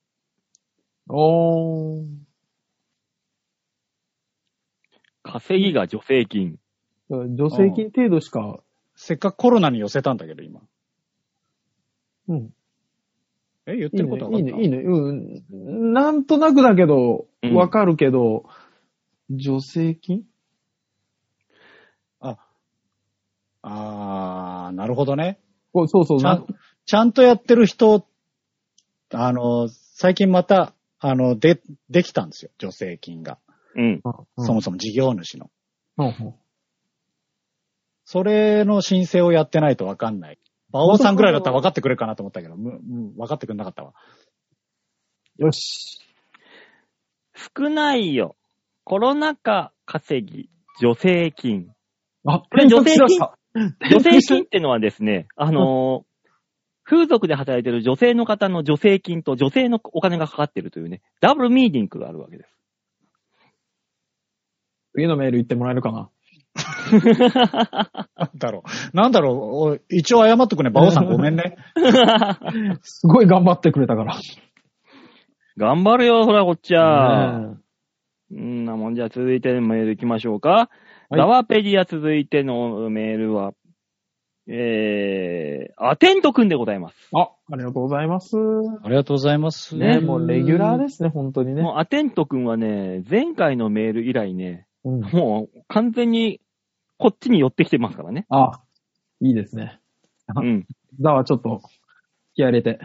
[SPEAKER 3] おー。
[SPEAKER 2] 稼ぎが助成金。
[SPEAKER 3] 助成金程度しか、
[SPEAKER 4] せっかくコロナに寄せたんだけど、今。
[SPEAKER 3] うん。
[SPEAKER 4] え、言って
[SPEAKER 3] いい
[SPEAKER 4] ること分
[SPEAKER 3] ね、
[SPEAKER 4] か
[SPEAKER 3] い
[SPEAKER 4] っ
[SPEAKER 3] い
[SPEAKER 4] た
[SPEAKER 3] ね、いいね。うん。なんとなくだけど
[SPEAKER 2] う、ん
[SPEAKER 3] わかるけど、助成金
[SPEAKER 4] あー、なるほどね。
[SPEAKER 3] こうそうそう、
[SPEAKER 4] ちゃん
[SPEAKER 3] な、
[SPEAKER 4] ちゃんとやってる人、あの、最近また、あの、で、できたんですよ。助成金が。
[SPEAKER 2] うん。
[SPEAKER 3] うん
[SPEAKER 4] そもそも事業主の。
[SPEAKER 3] うんうん
[SPEAKER 4] それの申請をやってないと分かんない。馬王さんぐらいだったら分かってくれるかなと思ったけど、むむ分かってくれなかったわ。 [LAUGHS]
[SPEAKER 3] よし。
[SPEAKER 2] 少ないよ。コロナ禍稼ぎ、助成
[SPEAKER 3] [LAUGHS]
[SPEAKER 2] 金。
[SPEAKER 3] あ、
[SPEAKER 2] これ助成金
[SPEAKER 3] 転職しました
[SPEAKER 2] 助成金ってのはですね、あのー
[SPEAKER 3] [LAUGHS]
[SPEAKER 2] 風俗で働いてる女性の方の助成金と女性のお金がかかってるというね、ダブルミーディングがあるわけです。
[SPEAKER 3] 次のメール言ってもらえるかな。
[SPEAKER 4] なんだろう。なんだろうおい。一応謝っとくね。馬王さんごめんね。
[SPEAKER 3] すごい頑張ってくれたから。
[SPEAKER 2] 頑張るよ、ほら、こっちは。
[SPEAKER 3] ね
[SPEAKER 2] うんなもんじゃ、続いてのメール行きましょうか。
[SPEAKER 3] はい
[SPEAKER 2] ザワペディア続いてのメールは、えー、アテントくんでございます。
[SPEAKER 3] えあ、ありがとうございます。
[SPEAKER 4] ありがとうございます。
[SPEAKER 3] ねもうレギュラーですね、本当にね。
[SPEAKER 2] もうアテントくんはね、前回のメール以来ね、
[SPEAKER 3] うん。
[SPEAKER 2] もう完全にこっちに寄ってきてますからね。
[SPEAKER 3] あ、いいですね。
[SPEAKER 2] うん。
[SPEAKER 3] だわ、ちょっと、気合
[SPEAKER 4] [LAUGHS]
[SPEAKER 3] 入れて。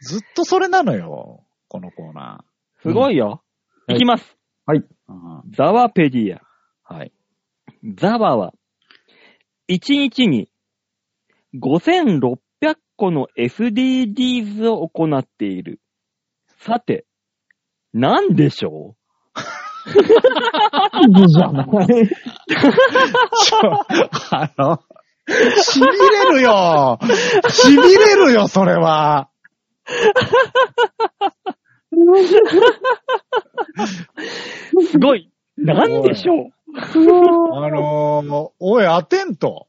[SPEAKER 4] ずっとそれなのよ。このコーナ
[SPEAKER 2] すごいよ。
[SPEAKER 3] うん
[SPEAKER 2] いきます。
[SPEAKER 4] ー。うん
[SPEAKER 2] ザワペディア。
[SPEAKER 4] [LAUGHS] はい。
[SPEAKER 2] ザワは、1日に5600個の SDGs を行っている。さて、何でしょ
[SPEAKER 3] いいじゃない。
[SPEAKER 4] ちょあの、痺れるよ痺れるよ、それは。
[SPEAKER 2] うす [LAUGHS] ごい何でしょう
[SPEAKER 3] [LAUGHS]
[SPEAKER 4] あのー、おい、アテン [LAUGHS] ト。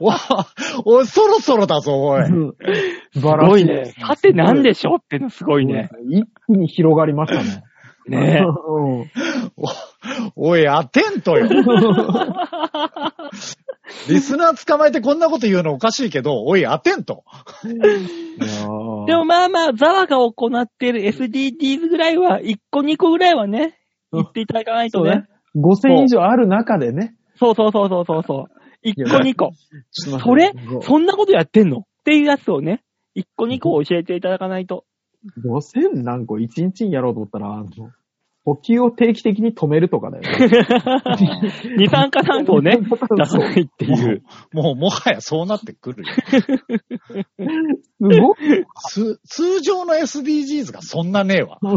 [SPEAKER 4] わおい、そろそろだぞ、おい。
[SPEAKER 3] す
[SPEAKER 2] すごいね。さて何でしょうってのすごいね。。
[SPEAKER 3] 一気に広がりましたね。
[SPEAKER 2] [LAUGHS] ねえ。 [LAUGHS]
[SPEAKER 3] うん
[SPEAKER 4] おい、アテントよ。リスナー捕まえてこんなこと言うのおかしいけど、おい、アテント。
[SPEAKER 3] いやー
[SPEAKER 2] でもまあまあ、ザワが行っている SDGs ぐらいは、1個2個ぐらいはね、
[SPEAKER 3] うん
[SPEAKER 2] 言っていただかない
[SPEAKER 3] そ
[SPEAKER 2] と
[SPEAKER 3] うね
[SPEAKER 2] ね。。
[SPEAKER 3] 5000以上ある中でね。
[SPEAKER 2] そうそうそうそうそうそう。1個2個。
[SPEAKER 3] ちょっと
[SPEAKER 2] そ
[SPEAKER 3] 待っ
[SPEAKER 2] れ
[SPEAKER 3] て [LAUGHS]
[SPEAKER 2] そんなことやってんのっていうやつをね、1個2個教えていただかないと。
[SPEAKER 3] 5000何個一日にやろうと思ったら、あの、補給を定期的に止めるとかだよね。
[SPEAKER 2] 二酸化炭素をね、出さ
[SPEAKER 3] そう
[SPEAKER 2] ないっていう。
[SPEAKER 4] もう、もはやそうなってくるよ。
[SPEAKER 3] す
[SPEAKER 2] [LAUGHS]
[SPEAKER 3] ごい。
[SPEAKER 4] す通常の SDGs がそんなねえわ。
[SPEAKER 2] ま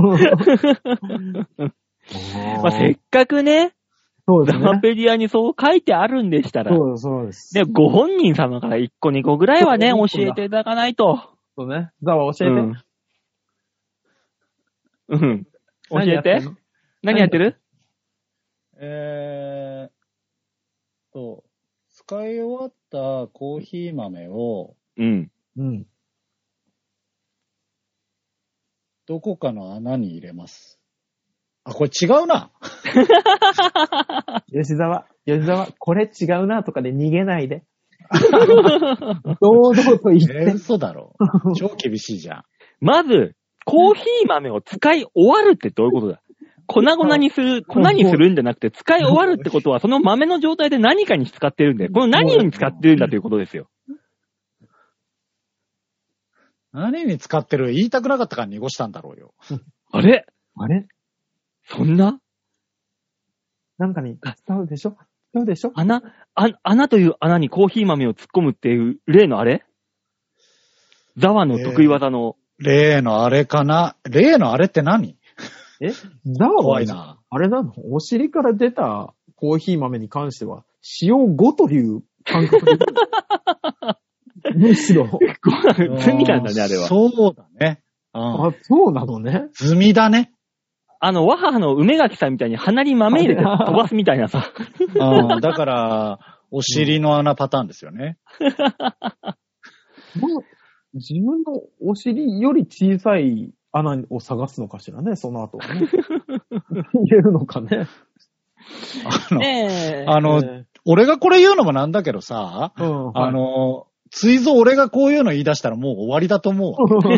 [SPEAKER 2] あ、せっかくね、
[SPEAKER 3] そうで
[SPEAKER 2] ザ
[SPEAKER 3] す
[SPEAKER 2] マ
[SPEAKER 3] ね。
[SPEAKER 2] ペディアにそう書いてあるんでしたら、
[SPEAKER 3] そうです、そうです。
[SPEAKER 2] ね、ご本人様から1個2個ぐらいはね、
[SPEAKER 3] そう
[SPEAKER 2] 教えていただかないと。
[SPEAKER 3] そうね。ザワ教えて。
[SPEAKER 2] うん。うん。教
[SPEAKER 3] 何や
[SPEAKER 2] え
[SPEAKER 3] って
[SPEAKER 2] て
[SPEAKER 3] んの。
[SPEAKER 2] 何やってる
[SPEAKER 4] えーっと、使い終わったコーヒー豆を、
[SPEAKER 2] うん。
[SPEAKER 3] うん。
[SPEAKER 4] どこかの穴に入れます。あ、これ違うな。
[SPEAKER 3] 吉沢、吉沢、これ違うなとかで逃げない [LAUGHS] で。堂々と言っ
[SPEAKER 4] えー
[SPEAKER 3] て。
[SPEAKER 4] 嘘だろ。超厳しいじゃん。
[SPEAKER 2] まず、コーヒー豆を使い終わるってどういうことだ粉々にする、粉にするんじゃなくて、使い終わるってことは、その豆の状態で何かに使ってるんで、この何に使ってるんだということですよ。
[SPEAKER 4] 何に使ってる言いたくなかったから濁したんだろうよ。
[SPEAKER 2] あれ
[SPEAKER 3] あれ
[SPEAKER 2] そんな
[SPEAKER 3] なんかに使うでしょ使うでしょ
[SPEAKER 2] 穴、あ穴という穴にコーヒー豆を突っ込むっていう例のあれザワの得意技の、
[SPEAKER 4] 例のあれかな例のあれって何
[SPEAKER 3] えザワ
[SPEAKER 4] 怖
[SPEAKER 3] はい
[SPEAKER 4] な。
[SPEAKER 3] あれなのお尻から出たコーヒー豆に関しては、使用後という感覚 [LAUGHS] で。むしろ。
[SPEAKER 2] [LAUGHS] 罪なんだね、あれは。
[SPEAKER 4] そうだね。うん。
[SPEAKER 3] あ、そうなのね。
[SPEAKER 4] 積みだね。
[SPEAKER 2] あの、ワハハの梅垣さんみたいに鼻に豆入れて飛ばすみたいなさ。
[SPEAKER 4] うん。だから、お尻の穴パターンですよね。
[SPEAKER 3] もう自分のお尻より小さい穴を探すのかしらね、その後はね。 [LAUGHS] 言えるのかね。
[SPEAKER 4] あの、
[SPEAKER 2] ねえ。
[SPEAKER 4] あの、
[SPEAKER 3] え
[SPEAKER 4] 俺がこれ言うのもなんだけどさ、
[SPEAKER 3] ーうん、
[SPEAKER 4] あの、ついぞ俺がこういうの言い出したらもう終わりだと思うわ。
[SPEAKER 2] [LAUGHS] そ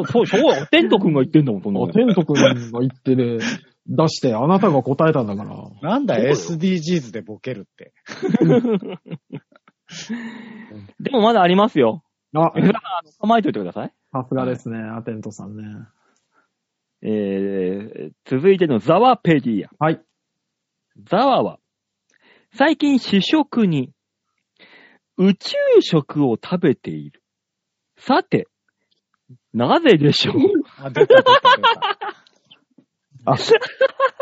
[SPEAKER 2] う、そう、そう、テント君が言ってんだもん、そんな
[SPEAKER 3] は
[SPEAKER 2] の
[SPEAKER 3] い、テント君が言ってね、出して、あなたが答えたんだから。
[SPEAKER 4] なんだ
[SPEAKER 2] そうよ
[SPEAKER 4] SDGs でボケるって。
[SPEAKER 2] でもまだありますよ。
[SPEAKER 3] [LAUGHS] あ、
[SPEAKER 2] 皆さん、あの構えておいてください。
[SPEAKER 3] さすがですね、アテントさんね。
[SPEAKER 2] えー、続いてのザワペディア。
[SPEAKER 3] はい。
[SPEAKER 2] ザワは、最近主食に、宇宙食を食べている。さて、なぜでしょう
[SPEAKER 4] あ、出た出た出た。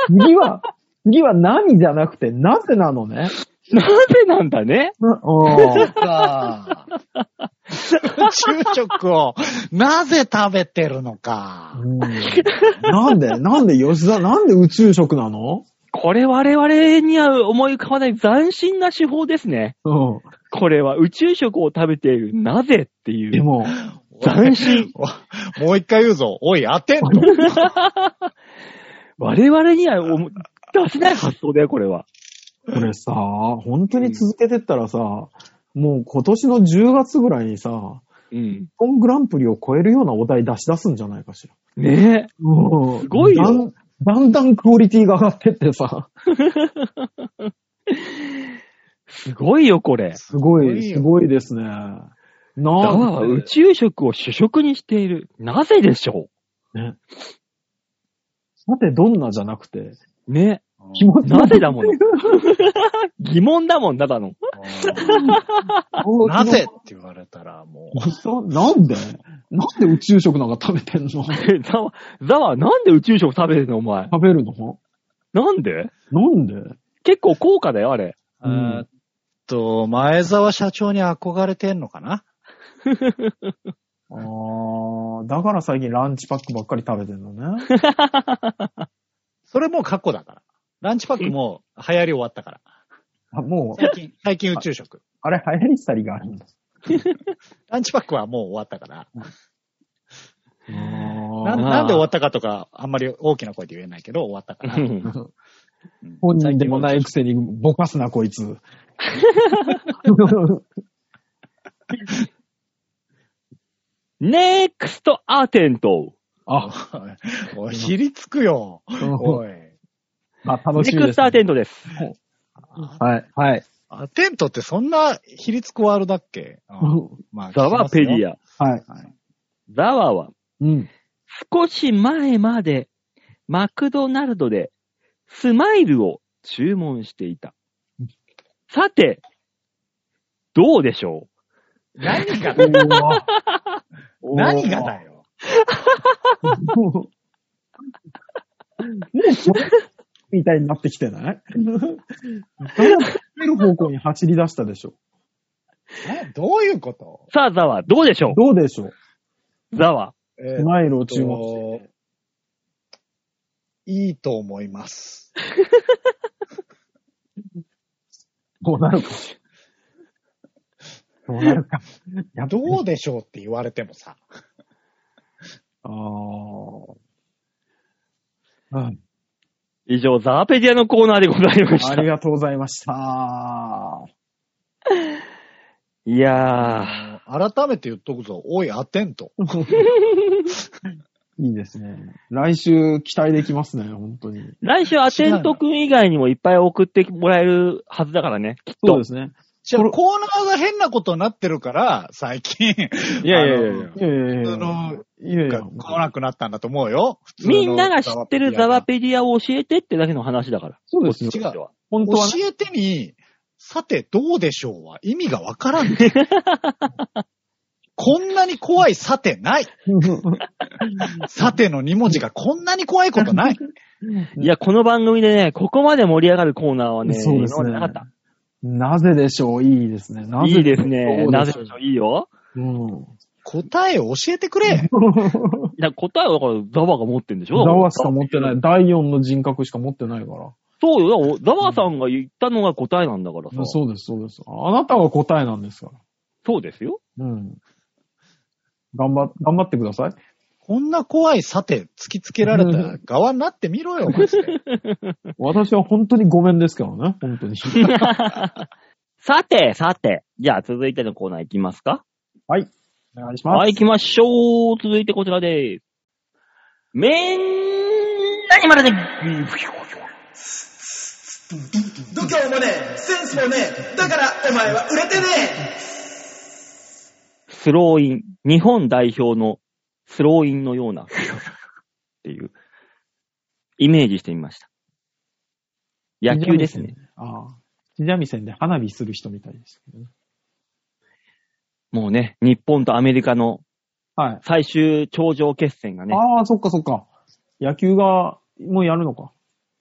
[SPEAKER 3] 次は、 [LAUGHS] 次は何じゃなくて、なぜなのね。
[SPEAKER 2] [LAUGHS] なぜなんだね
[SPEAKER 3] うん [LAUGHS] あー
[SPEAKER 4] か。 [LAUGHS] 昼食をなぜ食べてるのか。
[SPEAKER 3] うんなんで、なんで吉田、なんで宇宙食なの
[SPEAKER 2] これ我々には思い浮かばない斬新な手法ですね。
[SPEAKER 3] うん。
[SPEAKER 2] これは宇宙食を食べている。なぜってい
[SPEAKER 3] で
[SPEAKER 2] う。
[SPEAKER 3] も、
[SPEAKER 2] 斬新。
[SPEAKER 4] おもう一回言うぞ。おい、当てんの
[SPEAKER 2] 我々には思い出せない発想だよ、これは。
[SPEAKER 3] これさ、本当に続けてったらさ、もう今年の10月ぐらいにさ、
[SPEAKER 2] うん。
[SPEAKER 3] コングランプリを超えるようなお題出し出すんじゃないかしら。
[SPEAKER 2] ね
[SPEAKER 3] うん
[SPEAKER 2] すごいよ
[SPEAKER 3] だんだんだんクオリティが上がってってさ、
[SPEAKER 2] え。すごいよ、これ。
[SPEAKER 3] すごい、
[SPEAKER 4] す
[SPEAKER 3] す
[SPEAKER 4] ご
[SPEAKER 3] ごいですね。
[SPEAKER 2] ザワ
[SPEAKER 3] な
[SPEAKER 2] は宇宙食を主食にしている。なぜでしょ
[SPEAKER 3] さてどんなじゃなくて、
[SPEAKER 2] うね。
[SPEAKER 3] 気持ち
[SPEAKER 2] なぜだもの。
[SPEAKER 3] [LAUGHS]
[SPEAKER 2] 疑問だもん、ただの。 [LAUGHS]
[SPEAKER 4] うんなぜって言われたらもう。
[SPEAKER 3] そうなんでなんで宇宙食なんか食べてんの食
[SPEAKER 2] ザワ、ザワ、なんで宇宙食食べてんの、お前。
[SPEAKER 3] べるの
[SPEAKER 2] なんで
[SPEAKER 3] なんで
[SPEAKER 2] 結構高価だよ、あれ。
[SPEAKER 4] えーっと、前澤社長に憧れてんのかな
[SPEAKER 3] あー、だから最近ランチパックばっかり食べてんのね。
[SPEAKER 4] それもう過去だから。ランチパックもう流行り終わったから。
[SPEAKER 3] あ、もう、
[SPEAKER 4] 最近、最近宇宙食。
[SPEAKER 3] あれ、流行りしたりがあるんだ。
[SPEAKER 4] ランチパックはもう終わったから。な
[SPEAKER 3] なん
[SPEAKER 4] なんで終わったかとか、あんまり大きな声で言えないけど、終わったから。うん
[SPEAKER 3] [LAUGHS] 本人でもないくせにぼかすな、こい [LAUGHS] つ。
[SPEAKER 2] ネクストアテント。
[SPEAKER 3] あ、
[SPEAKER 4] おいおい、ひりつくよ。おい。
[SPEAKER 3] まあ、楽
[SPEAKER 2] ネ
[SPEAKER 3] しみ
[SPEAKER 2] クス
[SPEAKER 3] です
[SPEAKER 2] トア
[SPEAKER 3] ね。
[SPEAKER 2] テントです。
[SPEAKER 3] はい、はい。
[SPEAKER 4] アテントってそんなひりつくワールドだっけ、
[SPEAKER 3] うん
[SPEAKER 4] まあ
[SPEAKER 2] ザワペディ
[SPEAKER 4] ア。
[SPEAKER 2] ア。
[SPEAKER 3] はい。
[SPEAKER 2] ザワは、
[SPEAKER 3] うん。
[SPEAKER 2] 少し前まで、マクドナルドで、スマイルを注文していた。さて、どうでしょ
[SPEAKER 4] 何が、
[SPEAKER 3] [LAUGHS] おー
[SPEAKER 4] 何がだよ。
[SPEAKER 3] もう、もうそれみたいになってきてない早く出る方向に走り出したでしょ。
[SPEAKER 4] えどういうこと
[SPEAKER 2] うさあ、ザワ、どうでしょ
[SPEAKER 3] どうでしょう
[SPEAKER 2] うザワ。
[SPEAKER 4] え
[SPEAKER 3] ス
[SPEAKER 4] ー
[SPEAKER 3] マイルを注目し
[SPEAKER 4] えっ
[SPEAKER 3] て。
[SPEAKER 4] といいと思います。
[SPEAKER 3] どうなるか。どうなるか。やっぱり
[SPEAKER 4] どうでしょうって言われてもさ。
[SPEAKER 3] ああ。うん。
[SPEAKER 2] 以上、ザワペディアのコーナーでございまし
[SPEAKER 3] あ
[SPEAKER 2] た
[SPEAKER 3] り。がとうございました。
[SPEAKER 2] いやー、
[SPEAKER 4] あの改めて言っとくぞ。おい、アテンと。
[SPEAKER 3] いいですね。来週期待できますね、本当に。
[SPEAKER 2] 来週アテント君以外にもいっぱい送ってもらえるはずだからね、きっ
[SPEAKER 3] そう
[SPEAKER 2] と
[SPEAKER 3] で。すね。
[SPEAKER 4] じゃあコーナーが変なことになってるから、最近。
[SPEAKER 2] いやいやいやいや
[SPEAKER 4] あ
[SPEAKER 3] いやいやいや。
[SPEAKER 4] あの
[SPEAKER 3] いやいや
[SPEAKER 4] の。来なくなったんだと思うよ。普通の
[SPEAKER 2] みんなが知ってるザワペディアを教えてってだけの話だから。
[SPEAKER 3] そうですよ
[SPEAKER 4] 違。う。
[SPEAKER 3] 本当はね。
[SPEAKER 4] 教えてに、さてどうでしょうは意味がわからん
[SPEAKER 2] [LAUGHS]
[SPEAKER 4] ね。こんなに怖いさてない。さての2文字がこんなに怖いことない。
[SPEAKER 2] いや、この番組でね、ここまで盛り上がるコーナーは [LAUGHS] ね、
[SPEAKER 3] そうですね
[SPEAKER 2] 今まなかっ
[SPEAKER 3] なぜでしょういいですね。
[SPEAKER 2] た。
[SPEAKER 3] ないぜ
[SPEAKER 2] いですね。なぜでしょ
[SPEAKER 3] う
[SPEAKER 2] ういいよ。 [LAUGHS]
[SPEAKER 3] うん。
[SPEAKER 4] 答えを教えてくれ。
[SPEAKER 2] いや、答えはだからザワが持ってんでし
[SPEAKER 3] ザ
[SPEAKER 2] ょ。
[SPEAKER 3] ワしか持ってないい。第4の人格しか持ってないから。
[SPEAKER 2] そうよ。ザワさんが言ったのが答えなんだからさ。そう
[SPEAKER 3] そうです、そうです。あなたが答えなんですか
[SPEAKER 2] です [LAUGHS] よ。
[SPEAKER 3] ら。うん。頑張っ、頑張ってください。
[SPEAKER 4] こんな怖いさて突きつけられた側になってみろ
[SPEAKER 3] [LAUGHS]
[SPEAKER 4] よ、マジで。
[SPEAKER 3] 私は本当にごめんですけどね。本当に。
[SPEAKER 2] さて、さて。じゃあ、続いてのコーナー行きますか。
[SPEAKER 3] お願いします。
[SPEAKER 2] はい、行きましょう。続いてこちらです。めんなにまるで
[SPEAKER 1] 度胸もねえセンスもねえだからお前は売れてね
[SPEAKER 2] スローイン、日本代表のスローインのような、っていう、イメージしてみました。野球ですね。。
[SPEAKER 3] ああ。地上線で花火する人みたいですけどね。
[SPEAKER 2] もうね、日本とアメリカの
[SPEAKER 3] はい。
[SPEAKER 2] 最終頂上決戦がね、
[SPEAKER 3] ああ、そっかそっか。野球が、もうやるのか。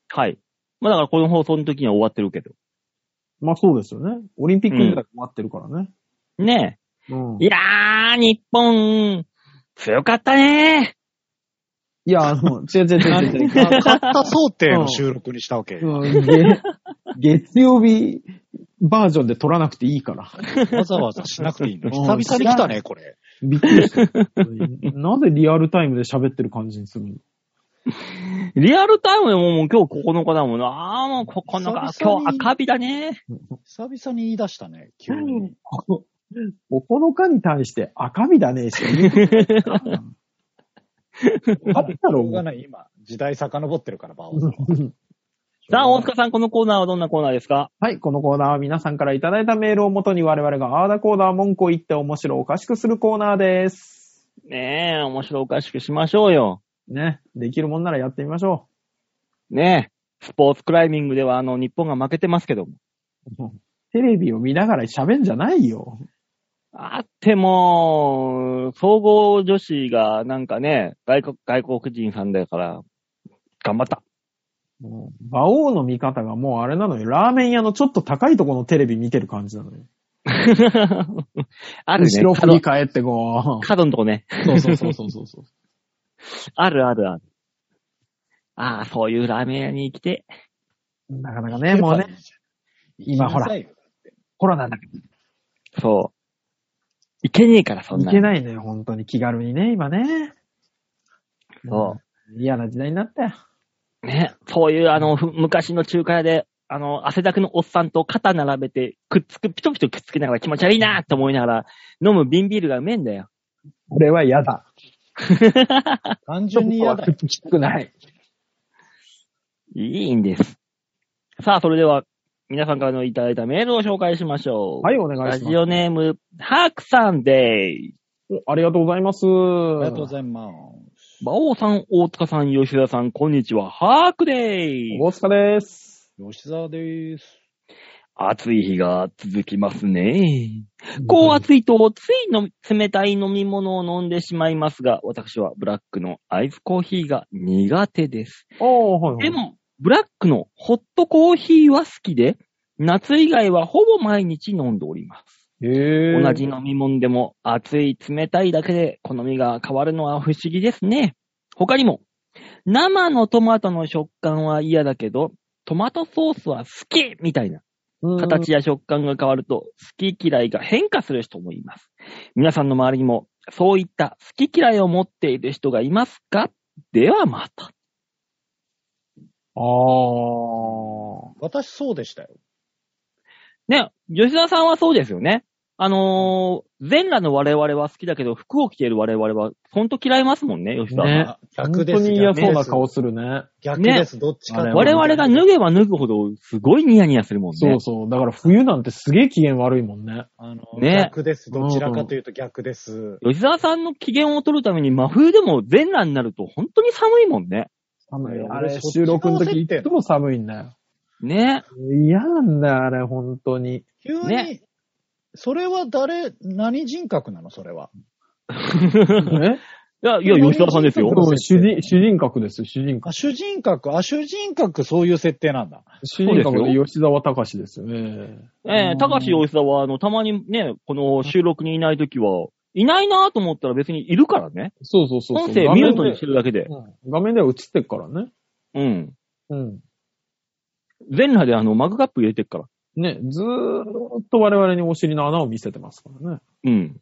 [SPEAKER 2] はい。まあだからこの放送の時には終わってるけど。
[SPEAKER 3] まあそうですよね。オリンピックぐらい終わってるからね。
[SPEAKER 2] ね
[SPEAKER 3] うん。
[SPEAKER 2] え。いやー、日本、強かったね
[SPEAKER 3] いや、あの、違う違う違う違う。
[SPEAKER 4] 勝った想定の収録にしたわけ。
[SPEAKER 3] うんげ月曜日バージョンで撮らなくていいから。
[SPEAKER 4] わざわざしなくていいの。
[SPEAKER 3] うん
[SPEAKER 4] 久々に来たね、これ。
[SPEAKER 3] びっくりした。なぜリアルタイムで喋ってる感じにするの
[SPEAKER 2] リアルタイムでももう今日9日だもんな。あーもう9日、
[SPEAKER 4] 久々
[SPEAKER 2] 今
[SPEAKER 4] に
[SPEAKER 2] 日赤日だね。
[SPEAKER 4] 久々に言い出したね、急に。
[SPEAKER 3] この9日に対して赤身だねえし。あったろ、
[SPEAKER 4] 僕
[SPEAKER 3] も
[SPEAKER 4] が
[SPEAKER 3] う
[SPEAKER 4] ね、今、時代遡ってるから、バオさんは
[SPEAKER 3] うん
[SPEAKER 2] さあ、大塚さん、このコーナーはどんなコーナーですか
[SPEAKER 3] はい、このコーナーは皆さんからいただいたメールをもとに我々がアーダコーナー文句を言って面白おかしくするコーナーです。
[SPEAKER 2] ねえ、面白おかしくしましょうよ。
[SPEAKER 3] ね、できるもんならやってみましょ
[SPEAKER 2] ねえ、スポーツクライミングではあの、日本が負けてますけども。
[SPEAKER 3] う。テレビを見ながら喋んじゃないよ。
[SPEAKER 2] あっても、総合女子がなんかね、外国、外国人さんだから、頑張った。 [LAUGHS]
[SPEAKER 3] もう、馬王の見方がもうあれなのよ。ラーメン屋のちょっと高いところのテレビ見てる感じなのよ。
[SPEAKER 2] あるね
[SPEAKER 3] 後ろ、振
[SPEAKER 2] 角
[SPEAKER 3] り、返ってこ
[SPEAKER 2] 角のとこね。
[SPEAKER 3] う。そうそうそうそうそうそう。
[SPEAKER 2] あるあるある。ああ、そういうラーメン屋に来て。
[SPEAKER 3] なかなかね、もうね、。今ほら
[SPEAKER 4] 行きなさいよ
[SPEAKER 3] コロナだけ
[SPEAKER 2] そう。いけねえから、そん
[SPEAKER 3] ど、い
[SPEAKER 2] な。
[SPEAKER 3] け
[SPEAKER 2] い。
[SPEAKER 3] ないのよ、本当に気軽にね、今ね。
[SPEAKER 2] そ
[SPEAKER 3] 嫌な時代になったよ。
[SPEAKER 2] う。ね。そういう、あの、ふ昔の中華屋で、あの、汗だくのおっさんと肩並べて、くっつく、ピトピトくっつけながら気持ち悪いなーって思いながら、飲む瓶ビールがうめえんだよ。
[SPEAKER 3] これは嫌だ。
[SPEAKER 4] 単純に嫌だよ。
[SPEAKER 3] きつくない。
[SPEAKER 2] いいんです。さあ、それでは、皆さんからのいただいたメールを紹介しましょう。
[SPEAKER 3] はい、お願い
[SPEAKER 2] ラ
[SPEAKER 3] し
[SPEAKER 2] ジ
[SPEAKER 3] ます。
[SPEAKER 2] オネーム、ハークさんでーす。
[SPEAKER 3] おありがとうございます。あり
[SPEAKER 4] ありがとうご
[SPEAKER 3] い
[SPEAKER 4] ざいます。
[SPEAKER 2] 馬王さん、大塚さん、吉田さん、こんにちは。ハークデイ
[SPEAKER 3] 大塚です。
[SPEAKER 4] 吉沢でーす。
[SPEAKER 2] 暑い日が続きますね。こう暑いと、ついの冷たい飲み物を飲んでしまいますが、私はブラックのアイスコーヒーが苦手です。
[SPEAKER 3] ああ、はい、はい。
[SPEAKER 2] でも、ブラックのホットコーヒーは好きで、夏以外はほぼ毎日飲んでおります。
[SPEAKER 3] へー、
[SPEAKER 2] 同じ飲み物でも熱い、冷たいだけで好みが変わるのは不思議ですね。他にも、生のトマトの食感は嫌だけど、トマトソースは好きみたいな形や食感が変わると好き嫌いが変化する人もいます。皆さんの周りにもそういった好き嫌いを持っている人がいますかではまた。
[SPEAKER 3] ああ。
[SPEAKER 4] 私そうでしたよ。
[SPEAKER 2] ね、吉田さんはそうですよね。あのー、全裸の我々は好きだけど、服を着ている我々は、ほんと嫌いますもんね、吉田さん。
[SPEAKER 3] ね
[SPEAKER 4] あ
[SPEAKER 3] 本
[SPEAKER 4] 逆で
[SPEAKER 3] 当
[SPEAKER 4] す。
[SPEAKER 3] に嫌そう
[SPEAKER 4] 逆
[SPEAKER 3] な
[SPEAKER 4] です
[SPEAKER 3] 顔するね。
[SPEAKER 4] 逆です、どっちか
[SPEAKER 3] あれ
[SPEAKER 2] 我々が脱げば脱ぐほど、すごいニヤニヤするもんね。
[SPEAKER 3] そうそう。だから冬なんてすげえ機嫌悪いもんね。
[SPEAKER 4] あの、
[SPEAKER 2] ね
[SPEAKER 4] 逆です。どちらかというと逆です。
[SPEAKER 2] 吉沢さんの機嫌を取るために真冬でも全裸になると本当に寒いもんね。
[SPEAKER 3] 寒い。
[SPEAKER 4] 俺
[SPEAKER 3] あれ、
[SPEAKER 4] そっち
[SPEAKER 3] 収録の時い
[SPEAKER 4] 側
[SPEAKER 3] つも寒いんだよ。 [LAUGHS]
[SPEAKER 2] ね。
[SPEAKER 3] 嫌なんだよ、あれ、本当に。
[SPEAKER 4] 急に、
[SPEAKER 2] ね
[SPEAKER 4] それは誰、何人格なのそれは。
[SPEAKER 3] え
[SPEAKER 2] いや、いや、吉沢さんですよ
[SPEAKER 4] そ。う
[SPEAKER 3] 主人、主人格ですよ、主人格。
[SPEAKER 4] あ、主人格、あ、主人格、そういう設定なんだ。
[SPEAKER 3] 主人格
[SPEAKER 2] [LAUGHS] そうです
[SPEAKER 3] で吉沢隆ですよね。
[SPEAKER 2] ええ高橋吉沢は、あの、たまにね、この収録にいないときは、いないなぁと思ったら別にいるからね。
[SPEAKER 3] そうそうそうそう。
[SPEAKER 2] 音声
[SPEAKER 3] 画
[SPEAKER 2] ミュ
[SPEAKER 3] 面
[SPEAKER 2] ートにし
[SPEAKER 3] で
[SPEAKER 2] てるだけで。
[SPEAKER 3] うん画面では映ってっからね。
[SPEAKER 2] うん。
[SPEAKER 3] うん。
[SPEAKER 2] 全裸であの、マグカップ入れてるから。
[SPEAKER 3] ね、ずーっと我々にお尻の穴を見せてますからね。
[SPEAKER 2] うん。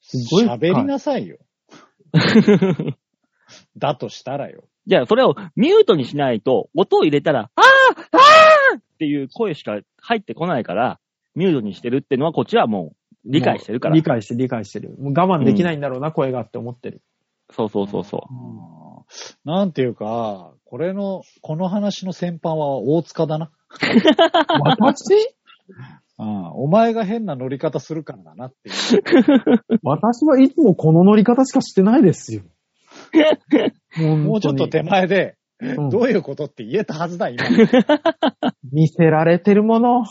[SPEAKER 4] す
[SPEAKER 3] ごい
[SPEAKER 4] 喋りなさ
[SPEAKER 3] [LAUGHS]
[SPEAKER 4] いよ。だとしたらよ。
[SPEAKER 2] じゃあ、それをミュートにしないと、音を入れたら、あーあーっていう声しか入ってこないから、ミュートにしてるってのは、こっちはもう、理解してるから
[SPEAKER 3] もう理。解して、理解してる。もう我慢できないんだろうな、声がって思ってる。
[SPEAKER 2] そうそうそうそ
[SPEAKER 4] あーなんていうか、これの、この話の先般は大塚だな。
[SPEAKER 3] 私
[SPEAKER 4] うん、お前が変な乗り方するからだなっていう。
[SPEAKER 3] 私はいつもこの乗り方しかしてないですよ。
[SPEAKER 4] も
[SPEAKER 3] [LAUGHS] も
[SPEAKER 4] うちょっと手前で、
[SPEAKER 3] うん
[SPEAKER 4] どういうことって言えたはずだ、今。
[SPEAKER 3] 見せられてるもの。
[SPEAKER 2] う。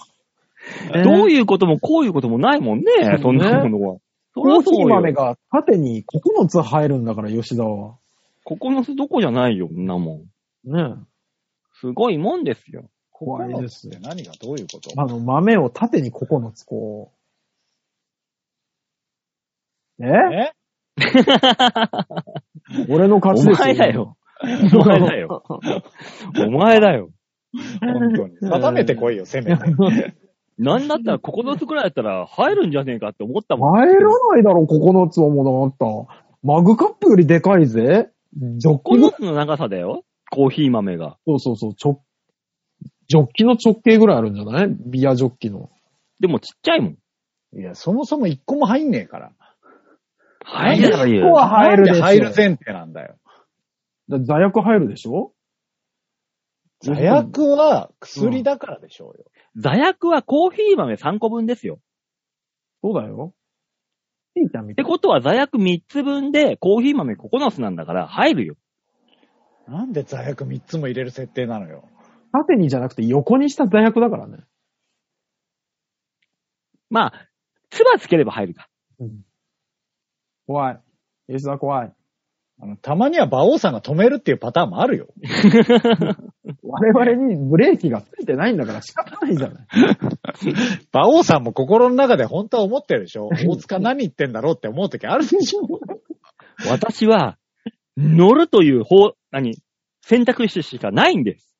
[SPEAKER 2] どう
[SPEAKER 3] いう
[SPEAKER 2] いうこともこういうこともないもんね、そんなものは。そり
[SPEAKER 3] コ
[SPEAKER 2] ゃ
[SPEAKER 3] ーヒ
[SPEAKER 2] そ
[SPEAKER 3] ー
[SPEAKER 2] う
[SPEAKER 3] 豆
[SPEAKER 2] よ。
[SPEAKER 3] が縦に9つ入るんだから、吉沢は。
[SPEAKER 2] ここのどこじゃないよ、んなもん。
[SPEAKER 3] ね
[SPEAKER 2] すごいもんですよ。
[SPEAKER 3] 怖いです
[SPEAKER 4] って
[SPEAKER 3] ね。
[SPEAKER 4] 何がどういうこと
[SPEAKER 3] あの、豆を縦に9つこう。え
[SPEAKER 4] え
[SPEAKER 3] 俺の勝
[SPEAKER 2] お
[SPEAKER 3] ちです
[SPEAKER 2] 前だ。よ。お前だよ。 [LAUGHS] お前だよ。
[SPEAKER 4] 本当に。
[SPEAKER 3] [LAUGHS]
[SPEAKER 4] 定めてこいよ、せめて。
[SPEAKER 2] なんだったら、9つくらいだったら、入るんじゃねえかって思ったもん。
[SPEAKER 3] 入らないだろ、9つはもうだった。マグカップよりでかいぜ。ジョッキぐらい
[SPEAKER 2] 9つの長さだよ。コーヒー豆が。
[SPEAKER 3] そうそうそう、ちょ、ジョッキの直径ぐらいあるんじゃないビアジョッキの。
[SPEAKER 2] でもちっちゃいもん。
[SPEAKER 4] いや、そもそも一個も入んねえから。
[SPEAKER 2] 入るだろ、
[SPEAKER 3] ここは入るで
[SPEAKER 4] なん
[SPEAKER 3] し
[SPEAKER 4] で
[SPEAKER 3] ょ
[SPEAKER 4] 入る前提なんだよ。
[SPEAKER 3] だ座薬入るでしょ
[SPEAKER 4] 座薬は薬だからでしょうよ。
[SPEAKER 2] 座薬はコーヒー豆3個分ですよ。
[SPEAKER 3] そうだよ。いいじゃん、み
[SPEAKER 2] ってことは座薬3つ分でコーヒー豆9つなんだから入るよ。
[SPEAKER 4] なんで座薬3つも入れる設定なのよ。
[SPEAKER 3] 縦にじゃなくて横にした座薬だからね。
[SPEAKER 2] まあ、つばつければ入るか。
[SPEAKER 3] 怖い。吉沢怖い。
[SPEAKER 4] あの、たまには馬王さんが止めるっていうパターンもあるよ。
[SPEAKER 3] 我々にブレーキがついてないんだから仕方ないじゃない。
[SPEAKER 4] 馬王さんも心の中で本当は思ってるでし [LAUGHS] ょ大塚何言ってんだろうって思う時あるでしょ
[SPEAKER 2] 私は、乗るという方、何、選択肢しかないんです。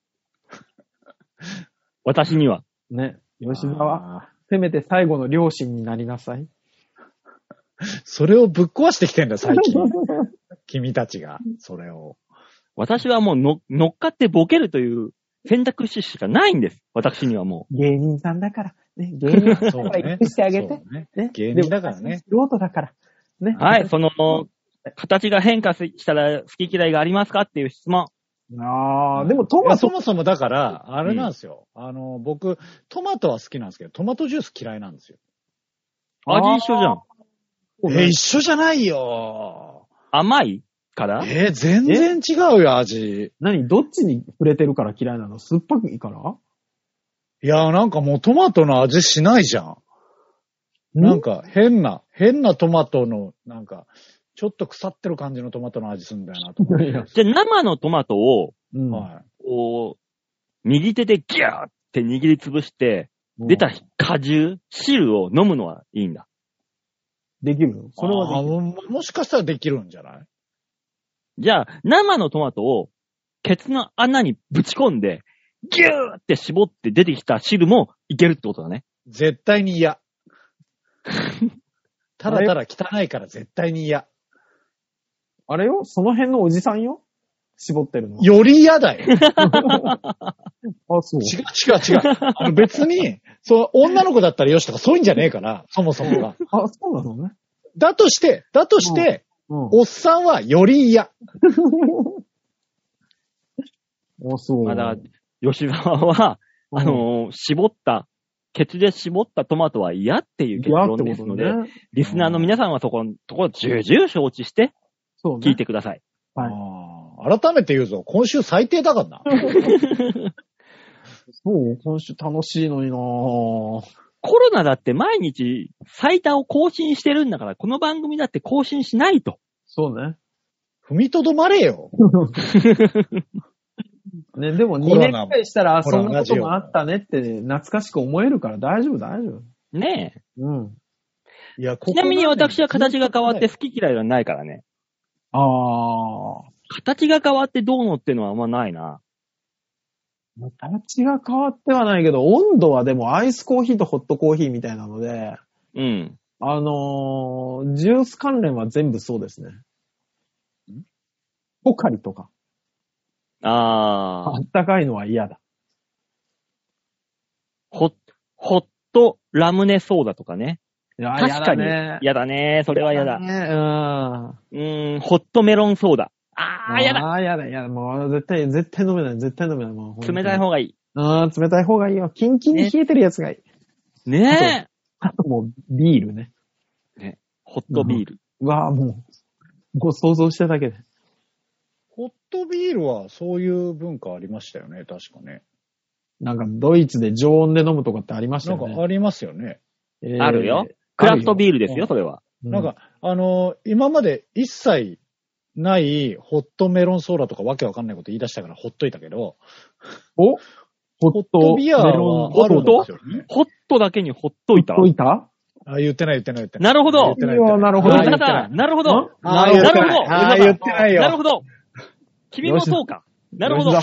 [SPEAKER 2] 私には。
[SPEAKER 3] ね。吉沢、せめて最後の両親になりなさい。
[SPEAKER 4] それをぶっ壊してきてんだよ、最 [LAUGHS] 近。君たちが。それを。
[SPEAKER 2] 私はもうの乗っかってボケるという選択肢しかないんです。私にはも
[SPEAKER 3] 芸人さんだから。ね、芸人さんだ
[SPEAKER 4] そう
[SPEAKER 3] から
[SPEAKER 4] ね
[SPEAKER 3] 許してあげて
[SPEAKER 4] そ。うね
[SPEAKER 3] ね、
[SPEAKER 4] 芸人だからね。
[SPEAKER 3] ロードだから。ね。
[SPEAKER 2] う。
[SPEAKER 4] [LAUGHS]
[SPEAKER 2] はい、。その、形が変化ししたら好き嫌いがありますかっていう質問。
[SPEAKER 3] ああ、でもトマ
[SPEAKER 4] いやそ
[SPEAKER 3] ト、
[SPEAKER 4] もそもだから、あれなんですよ。あの、僕、トマトは好きなんですけど、トマトジュース嫌いなんですよ。
[SPEAKER 2] 味一緒じゃん。
[SPEAKER 4] えー、一緒じゃないよ。
[SPEAKER 2] 甘いから
[SPEAKER 4] えー全然違うよ、味。
[SPEAKER 3] 何どっちに触れてるから嫌いなの酸っぱいから
[SPEAKER 4] いやー、なんかもうトマトの味しないじゃん。なんか変な、変なトマトの、なんか、ちょっと腐ってる感じのトマトの味すんだよなと思っ
[SPEAKER 3] い
[SPEAKER 4] て。
[SPEAKER 3] やいや
[SPEAKER 2] じゃあ生のトマトを、
[SPEAKER 3] うん
[SPEAKER 4] は
[SPEAKER 2] こう、右手でギャーって握りつぶして、出た果汁、汁を飲むのはいいんだ。
[SPEAKER 3] できるよ。
[SPEAKER 4] い。
[SPEAKER 3] それはで
[SPEAKER 4] あーももしかしたらできるんじゃない
[SPEAKER 2] じゃあ、生のトマトを、ケツの穴にぶち込んで、ギューって絞って出てきた汁もいけるってことだね。
[SPEAKER 4] 絶対に
[SPEAKER 3] [LAUGHS]
[SPEAKER 4] 嫌。ただただ汚いから絶対に嫌。
[SPEAKER 3] あれよその辺のおじさんよ絞っ
[SPEAKER 2] [LAUGHS]
[SPEAKER 3] てるの。
[SPEAKER 4] より嫌だよ。
[SPEAKER 3] あ、
[SPEAKER 2] [LAUGHS]
[SPEAKER 3] そう。
[SPEAKER 4] 違う違う違う。あの別に、そう、女の子だったらよしとかそういうんじゃねえから、そもそもが。
[SPEAKER 3] あ、そうなのね。
[SPEAKER 4] だとして、だとして、
[SPEAKER 2] [LAUGHS]
[SPEAKER 3] うん。
[SPEAKER 4] おっさんはより嫌。
[SPEAKER 3] お、そう。
[SPEAKER 2] まだ、吉沢は、
[SPEAKER 3] うん
[SPEAKER 2] あのー絞った、ケツで絞ったトマトは嫌っていう結
[SPEAKER 3] 嫌っ
[SPEAKER 2] 論
[SPEAKER 3] て
[SPEAKER 2] で
[SPEAKER 3] こ
[SPEAKER 2] す
[SPEAKER 3] と
[SPEAKER 2] の
[SPEAKER 3] ね
[SPEAKER 2] で、。リスナーの皆さんはそこのところ、重々承知して
[SPEAKER 3] そうね。
[SPEAKER 2] 聞いてください。
[SPEAKER 3] はい
[SPEAKER 4] あー改めて言うぞ。今週最低だからな。
[SPEAKER 3] [LAUGHS] そう、今週楽しいのになぁ。
[SPEAKER 2] コロナだって毎日最多を更新してるんだから、この番組だって更新しないと。
[SPEAKER 3] そうね。
[SPEAKER 4] 踏みとどまれよ。
[SPEAKER 3] [LAUGHS] ね、でも
[SPEAKER 4] コロ
[SPEAKER 3] 2
[SPEAKER 4] ナ
[SPEAKER 3] 年くらいしたら、あ
[SPEAKER 4] コロ
[SPEAKER 3] そ
[SPEAKER 4] ナ
[SPEAKER 3] んなこともあったねって懐かしく思えるから大丈夫、大丈夫。
[SPEAKER 2] ねえ。
[SPEAKER 3] うん。
[SPEAKER 4] いや、ここ
[SPEAKER 2] ちなみに私は形が変わって
[SPEAKER 4] ず
[SPEAKER 2] 好き嫌いはないからね。
[SPEAKER 3] あ
[SPEAKER 2] 形が変わってどうのってのはあんまないな。
[SPEAKER 3] ー。形が変わってはないけど、温度はでもアイスコーヒーとホットコーヒーみたいなので、
[SPEAKER 2] うん。
[SPEAKER 3] あのー、ジュース関連は全部そうですね。ポカリとか。
[SPEAKER 2] あ
[SPEAKER 3] あ
[SPEAKER 2] ー。
[SPEAKER 3] ったかいのは嫌だ。
[SPEAKER 2] ほ、ほっとラムネソーダとかね。
[SPEAKER 3] いや
[SPEAKER 2] 確かに
[SPEAKER 3] 嫌だね。
[SPEAKER 2] やだね。それはやだ。
[SPEAKER 3] ねうん。
[SPEAKER 2] うーん、ホットメロンソーダ。あー、やだ。
[SPEAKER 3] ああ、やだ、やだ。もう絶対、絶対飲めない、絶対飲めない。もう
[SPEAKER 2] 冷たい方がい
[SPEAKER 3] ああ、冷たい方がいいよ。キンキンに冷えてるやつがいい。
[SPEAKER 2] い。ねえ。
[SPEAKER 3] あともう、ビールね。
[SPEAKER 2] ホットビール。
[SPEAKER 3] うわあ、もう、ご想像しただけで。
[SPEAKER 4] ホットビールはそういう文化ありましたよね、確かね。
[SPEAKER 3] なんか、ドイツで常温で飲むとかってありました
[SPEAKER 4] な
[SPEAKER 3] よ
[SPEAKER 4] ん
[SPEAKER 3] ね。
[SPEAKER 4] かありますよね。
[SPEAKER 3] えー
[SPEAKER 2] あるよ。クラフトビールです
[SPEAKER 4] う
[SPEAKER 2] よ、
[SPEAKER 4] ん
[SPEAKER 2] それは。
[SPEAKER 4] なん、か、あの、今まで一切ないホットメロンソーダとかわけわかんないこと言い出したからほっといたけど、
[SPEAKER 3] うおホ
[SPEAKER 4] ホ
[SPEAKER 3] ッ
[SPEAKER 4] ッ
[SPEAKER 3] ト
[SPEAKER 4] ト
[SPEAKER 3] メ
[SPEAKER 4] ビア
[SPEAKER 3] ロン
[SPEAKER 4] はあるんですよね。
[SPEAKER 2] ホットだけにほっといた
[SPEAKER 3] どいた
[SPEAKER 4] あ、言ってない言ってない言ってな
[SPEAKER 2] な
[SPEAKER 4] い。
[SPEAKER 2] るほど
[SPEAKER 4] 言ってない言って
[SPEAKER 3] いやなるほど
[SPEAKER 2] あ
[SPEAKER 3] 言
[SPEAKER 2] な
[SPEAKER 3] ってな
[SPEAKER 2] た
[SPEAKER 3] い
[SPEAKER 2] なるほど
[SPEAKER 3] ん。
[SPEAKER 4] あ
[SPEAKER 2] な
[SPEAKER 4] ー言
[SPEAKER 2] る
[SPEAKER 4] って
[SPEAKER 2] ほど。
[SPEAKER 4] ないあー言ってないよ
[SPEAKER 2] なるほど。君もそうか。なるほど。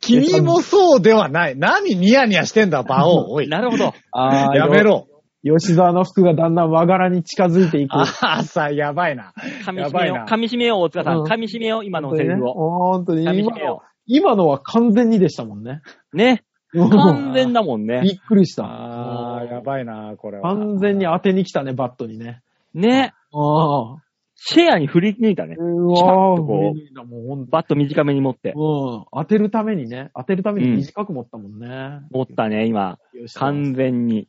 [SPEAKER 4] 君もそうではない。何ニヤニヤしてんだ、バオ。お
[SPEAKER 2] [LAUGHS]
[SPEAKER 4] い。
[SPEAKER 2] なるほど。
[SPEAKER 3] ああ、
[SPEAKER 4] やめ。ろ。
[SPEAKER 3] 吉沢の服がだんだん和柄に近づいていく。
[SPEAKER 4] あーさ、やばいな。
[SPEAKER 2] 噛み
[SPEAKER 4] や
[SPEAKER 2] 締
[SPEAKER 4] ば
[SPEAKER 2] め
[SPEAKER 4] い
[SPEAKER 2] よう
[SPEAKER 4] な。
[SPEAKER 2] 噛み締めよう、大塚さん。
[SPEAKER 3] うん
[SPEAKER 2] 噛み締めよう、今の
[SPEAKER 3] 本当
[SPEAKER 2] セ
[SPEAKER 3] に
[SPEAKER 2] リ
[SPEAKER 3] ね
[SPEAKER 2] フ
[SPEAKER 3] あー
[SPEAKER 2] を。
[SPEAKER 3] 本当に
[SPEAKER 2] 噛み
[SPEAKER 3] 今
[SPEAKER 2] 締め
[SPEAKER 3] の
[SPEAKER 2] よ。
[SPEAKER 3] 今のは完全にでしたもんね。
[SPEAKER 2] う。ね。完全だもんね。
[SPEAKER 3] びっくりした。
[SPEAKER 4] あーやばいな、これは。
[SPEAKER 3] 完全に当てに来たね、バットにね。
[SPEAKER 2] ね。
[SPEAKER 3] ああ。
[SPEAKER 2] シェアに振り抜いたね。
[SPEAKER 3] う
[SPEAKER 2] シャ
[SPEAKER 3] わ
[SPEAKER 2] ッ
[SPEAKER 3] ぁ、
[SPEAKER 2] とこう
[SPEAKER 3] 振り抜いたもうほんと
[SPEAKER 2] バット短めに持って。
[SPEAKER 3] うん。当てるためにね、当てるために短く持ったもんね。
[SPEAKER 2] 持ったね、今。
[SPEAKER 3] よし
[SPEAKER 2] 完全に。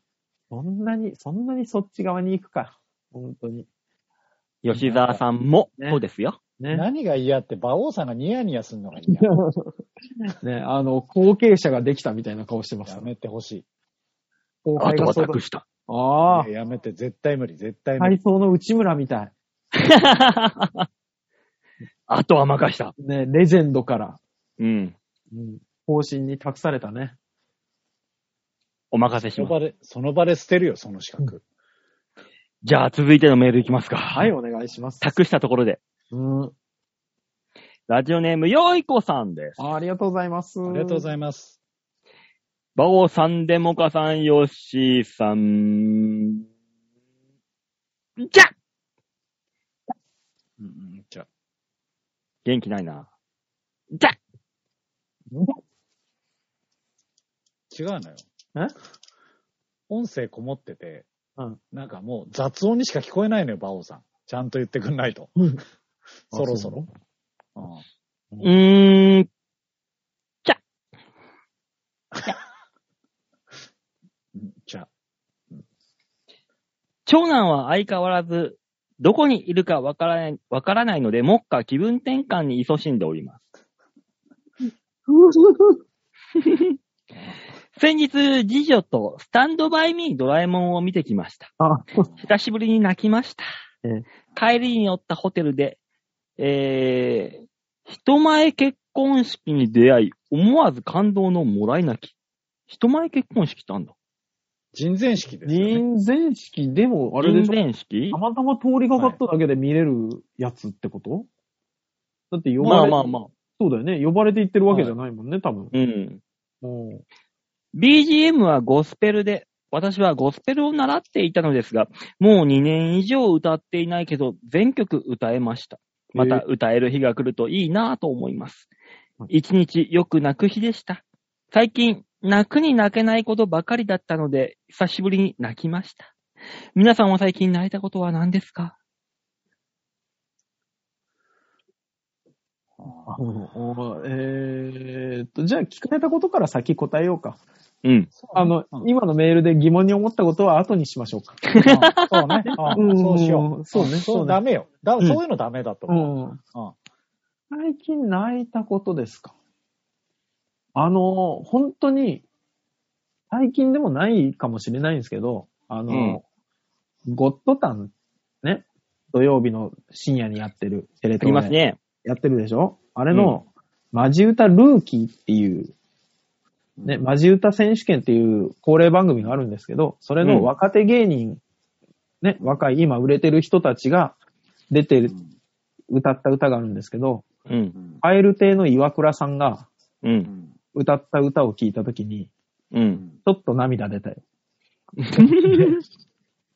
[SPEAKER 3] そんなに、そんなにそっち側に行くか。本当に。
[SPEAKER 2] 吉沢さんも、
[SPEAKER 3] ね
[SPEAKER 2] そうですよ。
[SPEAKER 3] ね。
[SPEAKER 4] 何が嫌って、馬王さんがニヤニヤするのが嫌。
[SPEAKER 3] [LAUGHS] ね、あの、後継者ができたみたいな顔してます
[SPEAKER 4] や。めてほし
[SPEAKER 3] 後
[SPEAKER 2] あ
[SPEAKER 3] 輩
[SPEAKER 2] と
[SPEAKER 3] が
[SPEAKER 2] は
[SPEAKER 3] そうだ
[SPEAKER 2] 託。した。
[SPEAKER 3] ああ
[SPEAKER 4] い。、やめて、絶対無理、絶対無理。
[SPEAKER 3] 体操の内村みたい。
[SPEAKER 2] あとは任した。
[SPEAKER 3] ね、レジェンドから、
[SPEAKER 2] うん。
[SPEAKER 3] うん、方針に託されたね。
[SPEAKER 2] お任せし
[SPEAKER 4] その
[SPEAKER 2] ます。
[SPEAKER 4] 場で、その場で捨てるよ、その資格。
[SPEAKER 2] じゃあ、続いてのメールいきますか。
[SPEAKER 3] はい、。お願いします。
[SPEAKER 2] 託したところで。
[SPEAKER 3] うん。
[SPEAKER 2] ラジオネーム、よいこさんです。
[SPEAKER 3] ありがとうございます。
[SPEAKER 4] ありがとうご
[SPEAKER 3] い
[SPEAKER 4] ざいます。
[SPEAKER 2] バオさん、デモカさん、ヨッシーさん。じゃ
[SPEAKER 4] うんうん、じゃあ
[SPEAKER 2] 元気ないな。じゃ
[SPEAKER 4] 違うのよ。
[SPEAKER 3] え
[SPEAKER 4] 音声こもってて、
[SPEAKER 3] うん
[SPEAKER 4] なんかもう雑音にしか聞こえないのよ、馬王さん。ちゃんと言ってくんないと。 [LAUGHS] そろそろ。うん
[SPEAKER 2] うーん。
[SPEAKER 4] じゃあ、
[SPEAKER 2] 長男は相変わらず、どこにいるかわからない、わからないので、目下気分転換に勤しんでおり
[SPEAKER 3] [LAUGHS]
[SPEAKER 2] ます。先日、次女とスタンドバイミードラえもんを見てきました。
[SPEAKER 3] あ、
[SPEAKER 2] 久しぶりに泣きました。
[SPEAKER 3] え
[SPEAKER 2] 帰りに寄ったホテルで、えー、人前結婚式に出会い、思わず感動のもらい泣き。人前結婚式ってあんだ。
[SPEAKER 4] 人前式ですよ、ね。
[SPEAKER 3] 人前式でも、あれでし
[SPEAKER 2] 人
[SPEAKER 3] ょ
[SPEAKER 2] 前式
[SPEAKER 3] たまたま通りがかっただけで見れるやつってこと、だって呼ばれ、
[SPEAKER 2] まあまあまあ。
[SPEAKER 3] そうだよね。呼ばれて行ってるわけじゃないもんね、多分。
[SPEAKER 2] うん。
[SPEAKER 3] も
[SPEAKER 2] BGM はゴスペルで、私はゴスペルを習っていたのですが、もう2年以上歌っていないけど、全曲歌えました。また歌える日が来るといいなぁと思います
[SPEAKER 3] はい。
[SPEAKER 2] 一日よく泣く日でした。最近、泣くに泣けないことばかりだったので、久しぶりに泣きました。皆さんは最近泣いたことは何ですか
[SPEAKER 3] う、おえーっと、じゃあ聞かれたことから先答えようか。
[SPEAKER 2] うん。
[SPEAKER 3] あの、今のメールで疑問に思ったことは後にしましょうか。
[SPEAKER 4] あそうね。あ
[SPEAKER 3] うん
[SPEAKER 4] そうしよう。
[SPEAKER 3] そうね
[SPEAKER 4] ん
[SPEAKER 3] そ
[SPEAKER 4] そうう、
[SPEAKER 3] ね
[SPEAKER 4] ダメよ。だ
[SPEAKER 3] うん
[SPEAKER 4] そういうのダメだと思う。
[SPEAKER 3] うん。
[SPEAKER 4] うん
[SPEAKER 3] 最近泣いたことですかあの、本当に、最近でもないかもしれないんですけど、あの、ゴッドタン、ね、土曜日の深夜にやってるテレ
[SPEAKER 2] あ
[SPEAKER 3] 東
[SPEAKER 2] り
[SPEAKER 3] で
[SPEAKER 2] ますね。
[SPEAKER 3] やってるでしょあれの、マジ歌ルーキーっていう、ね、マジ歌選手権っていう恒例番組があるんですけど、それの若手芸人、ね、若い今売れてる人たちが出てる、歌った歌があるんですけど、
[SPEAKER 2] うん。
[SPEAKER 3] ファエル亭の岩倉さんが
[SPEAKER 2] う。
[SPEAKER 4] うんん
[SPEAKER 3] 歌った歌を聞いたときに、
[SPEAKER 2] うん。
[SPEAKER 3] ちょっと涙出たよ。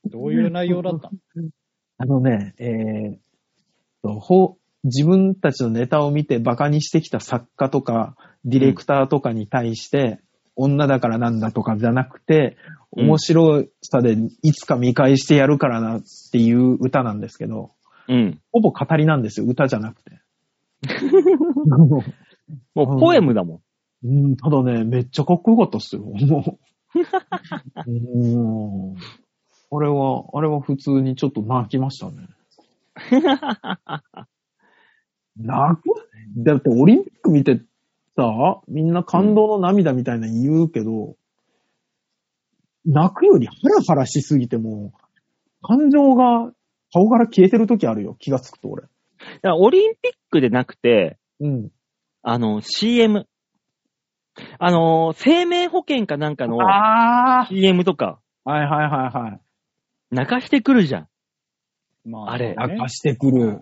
[SPEAKER 4] どういう内容だった
[SPEAKER 3] あのね、えーと、ほ自分たちのネタを見てバカにしてきた作家とか、ディレクターとかに対して、女だからなんだとかじゃなくて、
[SPEAKER 2] うん
[SPEAKER 3] 面白さでいつか見返してやるからなっていう歌なんですけど、
[SPEAKER 2] うん。
[SPEAKER 3] ほぼ語りなんですよ、歌じゃなく
[SPEAKER 2] [LAUGHS]
[SPEAKER 3] て。
[SPEAKER 2] もうポエムだもん。
[SPEAKER 3] うん、ただね、めっちゃかっこよかったっすよ、 [LAUGHS] もう。うんあれは、あれは普通にちょっと泣きま [LAUGHS] したね。泣くだってオリンピック見てさ、みんな感動の涙みたいな言うけど、泣くよりハラハラしすぎてもう、感情が顔から消えてる時あるよ、気がつくと俺。
[SPEAKER 2] だからオリンピックでなくて、
[SPEAKER 3] うん。
[SPEAKER 2] あの、CM。あのー、生命保険かなんかの
[SPEAKER 3] あ
[SPEAKER 2] CM とか、
[SPEAKER 3] あはいはいはいはい。
[SPEAKER 2] 泣かしてくるじゃん。
[SPEAKER 4] ま
[SPEAKER 2] あれ
[SPEAKER 3] 泣かしてくる。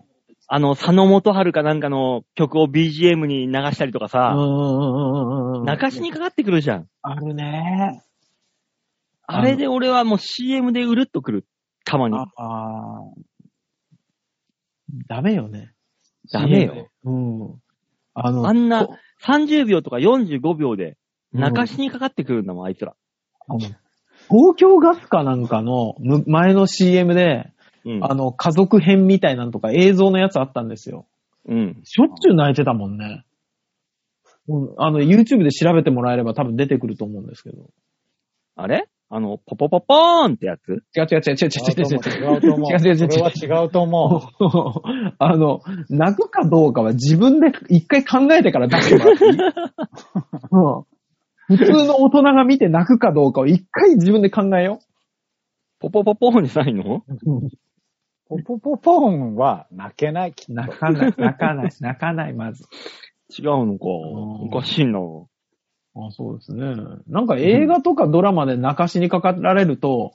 [SPEAKER 2] あの、佐野元春かなんかの曲を BGM に流したりとか
[SPEAKER 3] うん
[SPEAKER 2] さ、
[SPEAKER 3] うんうんうんうん。
[SPEAKER 2] 泣かしにかかってくるじゃん。
[SPEAKER 3] あるね。
[SPEAKER 2] あれで俺はもう CM でうるっとくる。たまに。
[SPEAKER 3] ああー。ダメよね。
[SPEAKER 2] ダメよ。
[SPEAKER 3] うん。あの、
[SPEAKER 2] あんな
[SPEAKER 3] こ
[SPEAKER 2] 30秒とか45秒で、泣かしにかかってくるんだもん、あいつら。
[SPEAKER 3] あの東京ガスかなんかのむ前の CM で、
[SPEAKER 2] うん。
[SPEAKER 3] あの、家族編みたいなのとか映像のやつあったんですよ。
[SPEAKER 2] うん。
[SPEAKER 3] しょっちゅう泣いてたもんね。うんあの、YouTube で調べてもらえれば多分出てくると思うんですけど。
[SPEAKER 2] あれあの、ポポポポーンってやつ
[SPEAKER 3] 違う違う違う違う違う違う違う。
[SPEAKER 4] 違うと思う。
[SPEAKER 3] [LAUGHS] 違う違う違う違う
[SPEAKER 4] それは違うと思
[SPEAKER 3] [LAUGHS] あの、泣くかどうかは自分で一回考えてから出してもら [LAUGHS] っていいうん普通の大人が見て泣くかどうかを一回自分で考えよ
[SPEAKER 2] ポポポポーンじゃないの
[SPEAKER 3] う。
[SPEAKER 4] う。ポポポポンは泣けない。きっと
[SPEAKER 3] 泣かない、泣かない、泣かない、まず。
[SPEAKER 2] 違うのか。おかしいな。
[SPEAKER 3] あそうですね。なんか映画とかドラマで泣かしにかかられると、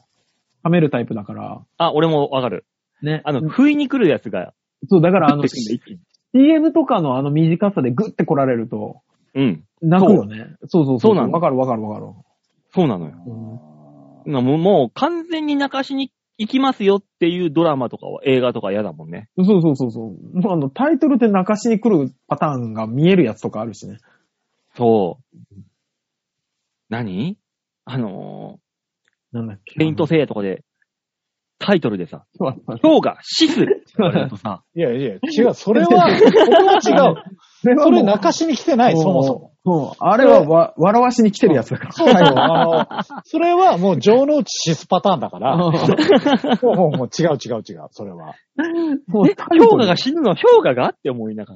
[SPEAKER 3] はめるタイプだから。
[SPEAKER 2] あ、俺もわかる。
[SPEAKER 3] ね。
[SPEAKER 2] あの、不意に来るやつが、
[SPEAKER 3] そう、だからあ
[SPEAKER 2] 降
[SPEAKER 3] の
[SPEAKER 2] って、くるんだ一気に
[SPEAKER 3] CM とかのあの短さでグッて来られると、
[SPEAKER 2] うん。
[SPEAKER 3] 泣くよね。そうそうそう。
[SPEAKER 2] そうなの
[SPEAKER 3] わかるわかるわかる。
[SPEAKER 2] そうなのよ。なもうもう完全に泣かしに行きますよっていうドラマとかは映画とか嫌だもんね。
[SPEAKER 3] そうそうそうそう。もうあの、タイトルで泣かしに来るパターンが見えるやつとかあるしね。
[SPEAKER 2] そう。何あの
[SPEAKER 3] なんだっけ。
[SPEAKER 2] ー、ペイントセイヤとかで、タイトルでさ、
[SPEAKER 3] そうそう
[SPEAKER 2] 今日が死するって言われるとさ、
[SPEAKER 4] いやいや、違う。それは、それは違う。
[SPEAKER 3] それは
[SPEAKER 4] そ
[SPEAKER 3] も
[SPEAKER 4] れ
[SPEAKER 3] う
[SPEAKER 4] 泣かしに来てない、そもそも。
[SPEAKER 3] も。そう。あれはわ、笑わしに来てるやつだから。
[SPEAKER 4] そうだよ。あの、それはもう城之内シスパターンだから、もうもうもう違う違う違う、それは。
[SPEAKER 3] も
[SPEAKER 2] [LAUGHS]
[SPEAKER 3] う
[SPEAKER 2] え、評価が死ぬの評価がって思いなが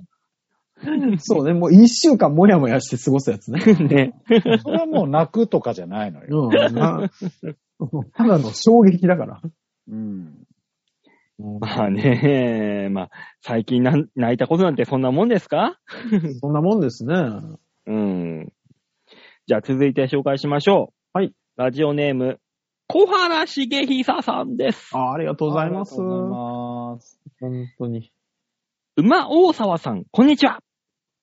[SPEAKER 3] そうね、もう一週間もやもやして過ごすやつね。
[SPEAKER 4] [LAUGHS]
[SPEAKER 2] ら。ね。
[SPEAKER 4] それはもう泣くとかじゃないのよ。
[SPEAKER 3] うん。な [LAUGHS] ただの衝撃だから。
[SPEAKER 4] うん。
[SPEAKER 2] まあね、 [LAUGHS] まあ、最近なん泣いたことなんてそんなもんですか
[SPEAKER 3] そんなもんですね。
[SPEAKER 2] うん。じゃあ続いて紹介しましょう。
[SPEAKER 3] はい。
[SPEAKER 2] ラジオネーム、小原茂久さんです。
[SPEAKER 3] あありがとうございます。
[SPEAKER 4] ありがとうござい
[SPEAKER 3] 本
[SPEAKER 4] ます。
[SPEAKER 3] 当に。
[SPEAKER 2] 馬大沢さん、こんにちは。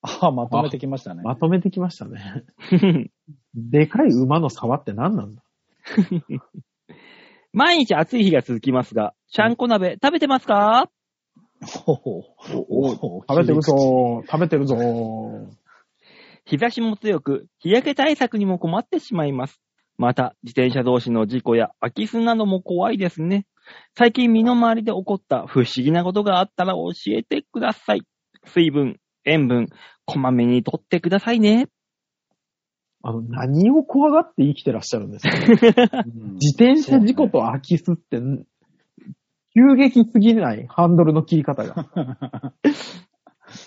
[SPEAKER 2] [LAUGHS]
[SPEAKER 4] あ、まとめてきましたね。
[SPEAKER 3] まとめてきましたね。でかい馬の沢って何なんだ
[SPEAKER 2] 毎日暑い日が続きますが、ちゃんこ鍋食べてますか
[SPEAKER 4] ほうほうほう
[SPEAKER 3] 食べて
[SPEAKER 4] 切り
[SPEAKER 3] る。
[SPEAKER 4] 口
[SPEAKER 3] ぞ食べてるぞ
[SPEAKER 2] 日差しも強く、日焼け対策にも困ってしまいます。また、自転車同士の事故や空き巣なども怖いですね。最近身の回りで起こった不思議なことがあったら教えてください。水分、塩分、こまめにとってくださいね。
[SPEAKER 3] あの、何を怖がって生きてらっしゃるんですか
[SPEAKER 4] うん
[SPEAKER 3] 自転車事故と空き巣って、急激すぎないハンドルの切り方が。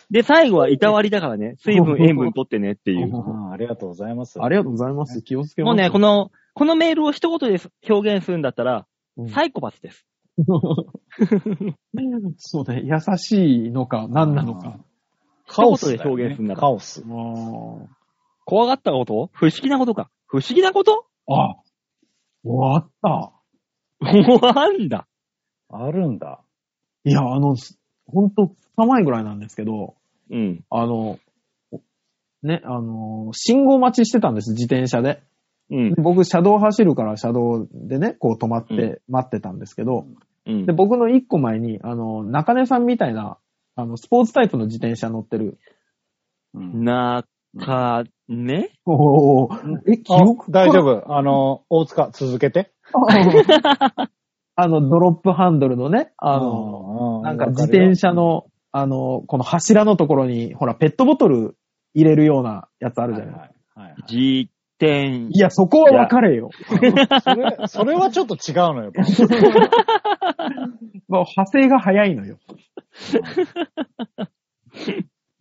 [SPEAKER 2] で、最後はいたわりだからね、水分、塩分取ってねっていう。
[SPEAKER 4] うんありがとうございます。
[SPEAKER 3] [LAUGHS] あ [LAUGHS] りがとうございます。気をつけま
[SPEAKER 2] も
[SPEAKER 3] す。
[SPEAKER 2] うね、この、このメールを一言で表現するんだったら、
[SPEAKER 3] うん
[SPEAKER 2] サイコパスです。
[SPEAKER 3] [LAUGHS] そうね、優しいのか、何なのか。
[SPEAKER 4] カオス
[SPEAKER 2] 一
[SPEAKER 4] だよね。
[SPEAKER 2] 言で表現するなら
[SPEAKER 4] カオス。
[SPEAKER 2] 怖がったこと不思議なことか。不思議なこと
[SPEAKER 3] あ、終わった。
[SPEAKER 2] もうあんだ。
[SPEAKER 4] あるんだ。
[SPEAKER 3] いや、あの、ほんと、2日前ぐらいなんですけど、
[SPEAKER 2] うん。
[SPEAKER 3] あの、ね、あの、信号待ちしてたんです、自転車で。
[SPEAKER 2] [LAUGHS] うん。
[SPEAKER 3] 僕、車道走るから車道でね、こう止まっ
[SPEAKER 2] う
[SPEAKER 3] て待ってたんですけど、
[SPEAKER 2] うん
[SPEAKER 3] で、。僕の1個前に、あの、中根さんみたいな、あの、スポーツタイプの自転車乗ってる。
[SPEAKER 4] うん
[SPEAKER 2] なかね
[SPEAKER 3] おえ、記
[SPEAKER 4] あ
[SPEAKER 3] 憶
[SPEAKER 4] 大丈夫。あの、大塚、続けて。
[SPEAKER 3] [LAUGHS] あの、ドロップハンドルのね、あの、
[SPEAKER 4] う
[SPEAKER 3] なんか自転車、の、あの、この柱のところに、ほら、ペットボトル入れるようなやつあ
[SPEAKER 4] わ
[SPEAKER 3] る
[SPEAKER 4] か
[SPEAKER 3] じゃ
[SPEAKER 4] る
[SPEAKER 3] ない。
[SPEAKER 4] よはいはいはい
[SPEAKER 2] 自転
[SPEAKER 3] いや、そこは分かれよ。
[SPEAKER 4] それ、 [LAUGHS] それはちょっと違うのよ。やっ
[SPEAKER 3] [LAUGHS] もう派生が早いのよ。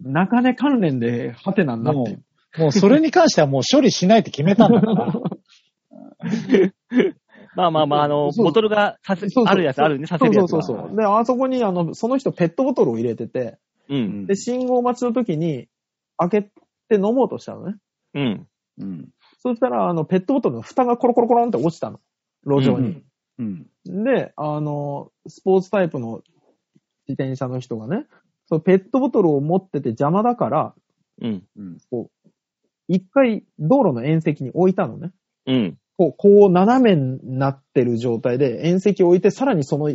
[SPEAKER 3] 中根関連で、ハテナにな
[SPEAKER 4] ぱ
[SPEAKER 3] って
[SPEAKER 4] も
[SPEAKER 3] る。
[SPEAKER 4] う、もうそれに関してはもう処理しないって決めたんだ
[SPEAKER 3] [LAUGHS]
[SPEAKER 4] から。
[SPEAKER 2] まあまあまあ、あの、
[SPEAKER 3] そう
[SPEAKER 2] ボトルがさせ
[SPEAKER 3] そうそう
[SPEAKER 2] あるやつあるね、させるやつ
[SPEAKER 3] そう
[SPEAKER 2] は。
[SPEAKER 3] そうそうそう。で、あそこに、あの、その人ペットボトルを入れてて、
[SPEAKER 2] うん。
[SPEAKER 3] で、信号待ちの時に、開けて飲もうとしたのね。
[SPEAKER 2] うん。
[SPEAKER 4] うん。
[SPEAKER 3] そしたら、あの、ペットボトルの蓋がコロコロコロンって落ちたの。路上に。
[SPEAKER 4] うん。
[SPEAKER 3] で、あの、スポーツタイプの自転車の人がね、そのペットボトルを持ってて邪魔だから、
[SPEAKER 2] うん。
[SPEAKER 4] うん。
[SPEAKER 3] 一回道路の縁石に置いたのね。
[SPEAKER 2] うん。
[SPEAKER 3] こう、こう斜めになってる状態で、縁石を置いて、さらにその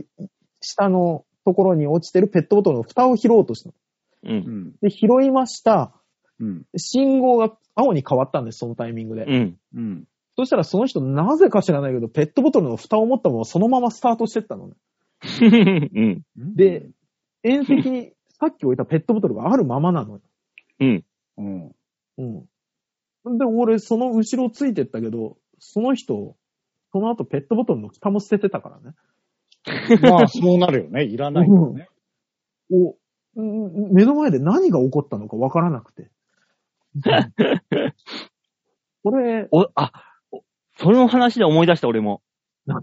[SPEAKER 3] 下のところに落ちてるペットボトルの蓋を拾おうとしたの。
[SPEAKER 2] う。
[SPEAKER 4] うんん。
[SPEAKER 3] で、拾いました。
[SPEAKER 4] うん。
[SPEAKER 3] 信号が青に変わったんです、そのタイミングで。
[SPEAKER 2] うん。
[SPEAKER 4] うん。
[SPEAKER 3] そしたらその人、なぜか知らないけど、ペットボトルの蓋を持ったままそのままスタートしてったのね。
[SPEAKER 2] うん。
[SPEAKER 3] で、縁石にさっき置いたペットボトルがあるままなのよ。
[SPEAKER 2] うん。
[SPEAKER 4] うん。
[SPEAKER 3] うん。で、俺、その後ろついてったけど、その人、その後ペットボトルの蓋も捨ててたからね。
[SPEAKER 4] まあ、そうなるよね。いらないよね。
[SPEAKER 3] お、うん目の前で何が起こったのかわからなく [LAUGHS] て。これ、
[SPEAKER 2] お、あ、おその話で思い出した俺も。
[SPEAKER 3] 何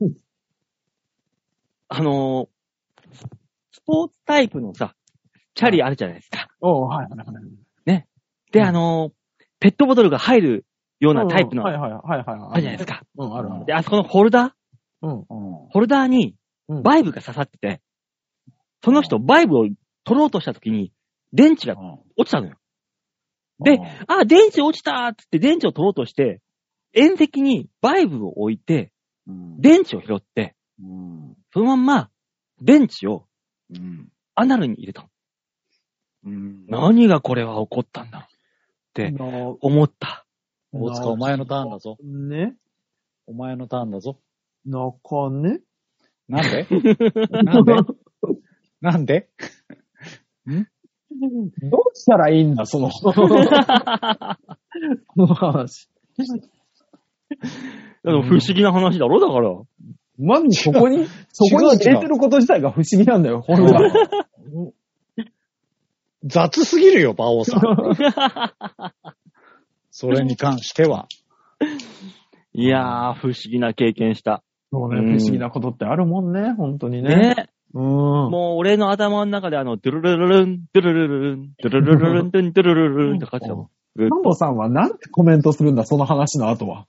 [SPEAKER 2] あのースポーツタイプのさ、チャリあるじゃないですか。
[SPEAKER 3] おはいはいはい。
[SPEAKER 2] で、
[SPEAKER 3] うん
[SPEAKER 2] あのーペットボトルが入るようなタイプの、
[SPEAKER 3] は
[SPEAKER 2] あ
[SPEAKER 3] い
[SPEAKER 2] る
[SPEAKER 3] はいはいはい。
[SPEAKER 2] じゃないですか。
[SPEAKER 3] うん、あるある。
[SPEAKER 2] で、あそこのホルダー
[SPEAKER 3] うん。
[SPEAKER 4] うん。
[SPEAKER 2] ホルダーに
[SPEAKER 3] うん
[SPEAKER 2] バイブが刺さってて、その人バイブを取ろうとした時に、電池が落ちたのよ。で、あ、電池落ちたーっつって電池を取ろうとして、縁石にバイブを置いて、
[SPEAKER 4] うん、
[SPEAKER 2] 電池を拾って、
[SPEAKER 4] うん。
[SPEAKER 2] そのまんま、電池を
[SPEAKER 4] うん。
[SPEAKER 2] アナルに入れたの。
[SPEAKER 4] うん。
[SPEAKER 2] 何がこれは起こったんだろうって
[SPEAKER 3] な
[SPEAKER 2] 思った。
[SPEAKER 4] 大塚、お前のターンだぞ。
[SPEAKER 3] ね、
[SPEAKER 4] お前のターンだぞ。
[SPEAKER 3] 中根 [LAUGHS]
[SPEAKER 4] なんでなんでなんで
[SPEAKER 3] どうしたらいいんだ、その、この話。
[SPEAKER 2] でも不思議な話だろだから。
[SPEAKER 3] まず、こ
[SPEAKER 2] [LAUGHS]
[SPEAKER 3] こに、そこに出てること自体が不思議なんだよ、ほんとは
[SPEAKER 4] [LAUGHS] 雑すぎるよ、馬王 [LAUGHS] さん。それに関しては。
[SPEAKER 2] いやー、不思議な経験した。
[SPEAKER 3] そうね、
[SPEAKER 2] うん
[SPEAKER 3] 不思議なことってあるもんね、本当にね。
[SPEAKER 2] ね
[SPEAKER 3] うん。
[SPEAKER 2] もう俺の頭の中であの、ドゥルルルルン、ドゥルルルルン、ドゥルルルルン、ドゥンドゥルルルルンって書いてたもん。ずっ
[SPEAKER 3] サンボ
[SPEAKER 2] と
[SPEAKER 3] さんはなんてコメントするんだ、その話の後は。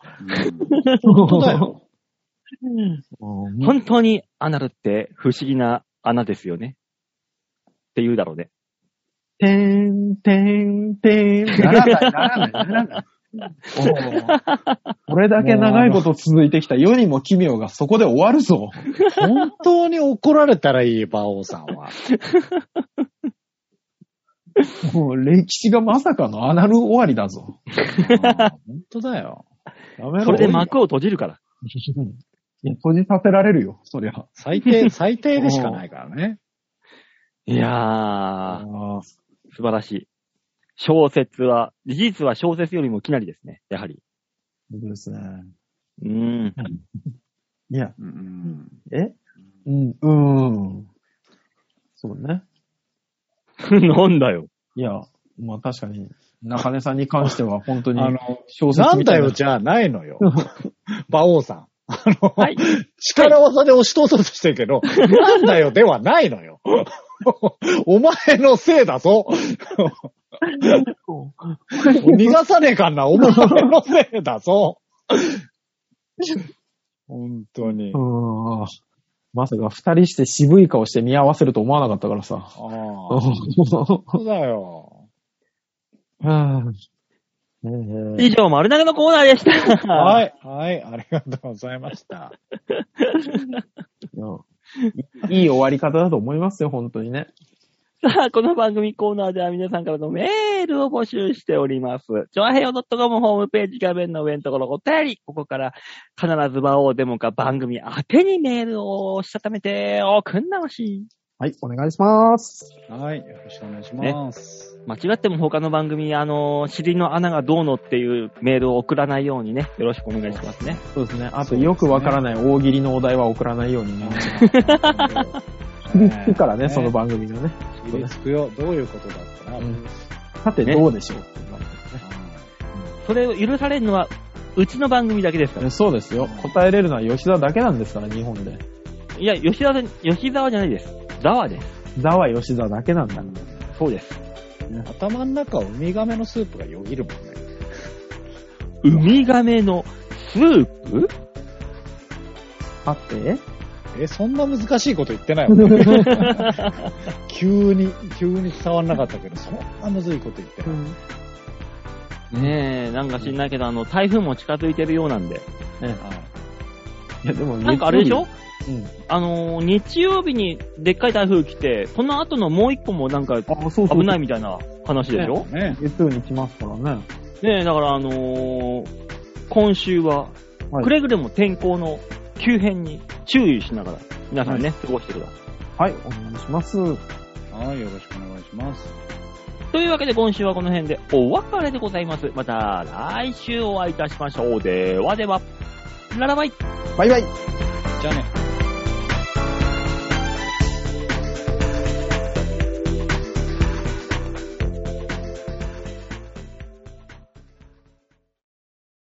[SPEAKER 4] 本当だよ。
[SPEAKER 3] うん
[SPEAKER 2] 本当にアナルって不思議な穴ですよね。って言うだろうね。
[SPEAKER 3] てん、てん、てん。ならない、ならない、ならない。これだけ長いこと続いてきた世にも奇妙がそこで終わるぞ。
[SPEAKER 4] 本当に怒られたらいい、馬王さん [LAUGHS] は。
[SPEAKER 3] もう歴史がまさかのアナル終わりだぞ。
[SPEAKER 4] 本当だよ。
[SPEAKER 3] やめろ。
[SPEAKER 2] それで幕を閉じるから。
[SPEAKER 3] いや閉じさせられるよ、そりゃ。
[SPEAKER 4] 最低、最低でしかないからね。
[SPEAKER 2] いやー、
[SPEAKER 3] あ
[SPEAKER 2] 素晴らしい。小説は、事実は小説よりもきなりですね。やはり。
[SPEAKER 3] そうですね。
[SPEAKER 2] うーん。
[SPEAKER 3] いや、
[SPEAKER 4] うん
[SPEAKER 3] えうん、うん。そうね。
[SPEAKER 2] [LAUGHS] なんだよ。
[SPEAKER 3] いや、まあ確かに、中根さんに関しては本当に
[SPEAKER 4] あの、
[SPEAKER 3] 小説
[SPEAKER 4] なん
[SPEAKER 3] みた
[SPEAKER 4] だ
[SPEAKER 3] いな。
[SPEAKER 4] よ、じゃあないの
[SPEAKER 3] [LAUGHS]
[SPEAKER 4] よ。馬王さん。あの、
[SPEAKER 2] はい。
[SPEAKER 4] 力技で押し通そうとしてるけど、なんだよではないの
[SPEAKER 3] [LAUGHS]
[SPEAKER 4] よ。お前のせいだぞ。逃がさねえかんな、お前のせいだぞ。 [LAUGHS] 本当に。
[SPEAKER 3] うん。まさか二人して渋い顔して見合わせると思わなかったからさ。
[SPEAKER 4] ああ、本当だよ。
[SPEAKER 3] うんねえ
[SPEAKER 2] 以上、丸投げのコーナーで [LAUGHS] した。は。
[SPEAKER 4] はいい、はい、ありがとうございました。
[SPEAKER 3] うんいい終わり方だと思いますよ、本当にね。
[SPEAKER 2] [LAUGHS] さあ、この番組コーナーでは皆さんからのメールを募集しております。ちょあへよ .com ホームページ画面の上のところお便り、ここから必ず場をデモか番組宛てにメールをしたためておくんなまし。
[SPEAKER 3] はい、お願いします。
[SPEAKER 4] はい、よろしくお願いします。
[SPEAKER 2] 間違っても他の番組、あの、尻の穴がどうのっていうメールを送らないようにね、よろしくお願いしますね。
[SPEAKER 3] そうですね。あ
[SPEAKER 4] そ
[SPEAKER 3] と、
[SPEAKER 4] うですね
[SPEAKER 3] よくわからない大喜利のお題は送らないよ
[SPEAKER 4] [LAUGHS]
[SPEAKER 3] うにね。 [LAUGHS] 響くからね、その番組のね。
[SPEAKER 4] 組。つくよ。どういうことだったら、
[SPEAKER 3] うんさて、
[SPEAKER 2] ね
[SPEAKER 3] どうでしょう
[SPEAKER 2] それを許されるのは、うちの番組だけですから。
[SPEAKER 3] そうですよ。答えれるのは吉田だけなんですから、日本で。
[SPEAKER 2] いや、吉沢、吉沢じゃないです。ザワです。
[SPEAKER 3] ザは吉田だけなんだ。
[SPEAKER 2] そうです。
[SPEAKER 4] 頭の中をウミガメのスープがよぎるもん
[SPEAKER 2] ウ
[SPEAKER 4] ね。
[SPEAKER 2] ミガメのスープ
[SPEAKER 3] さて、
[SPEAKER 4] え、そんな難しいこと言ってないよね。
[SPEAKER 3] [LAUGHS]
[SPEAKER 4] 急に、急に伝わんなかったけど、そんなむずいこと言ってない。
[SPEAKER 2] ねえ、なんか知んないけど、あの、台風も近づいてるようなんで。
[SPEAKER 3] いや、でも、
[SPEAKER 2] なんかあれでしょ
[SPEAKER 3] うん。
[SPEAKER 2] あのー、日曜日にでっかい台風来て、その後のもう一個もなんか
[SPEAKER 3] あ、そうそう。
[SPEAKER 2] 危ないみたいな話でしょ
[SPEAKER 4] ね。
[SPEAKER 3] 月曜に来ますからね。
[SPEAKER 2] ねえ、だからあのー、今週は、
[SPEAKER 3] はい
[SPEAKER 2] くれぐれも天候の急変に注意しながら、皆さんね、過ごしてくださ
[SPEAKER 3] はい、お願いします。
[SPEAKER 4] はい、よろしくお願いします。
[SPEAKER 2] い。というわけで今週はこの辺でお別れでございます。また来週お会いいたしましょう。ではでは、ララバイ
[SPEAKER 3] バイバイ
[SPEAKER 4] じゃあね。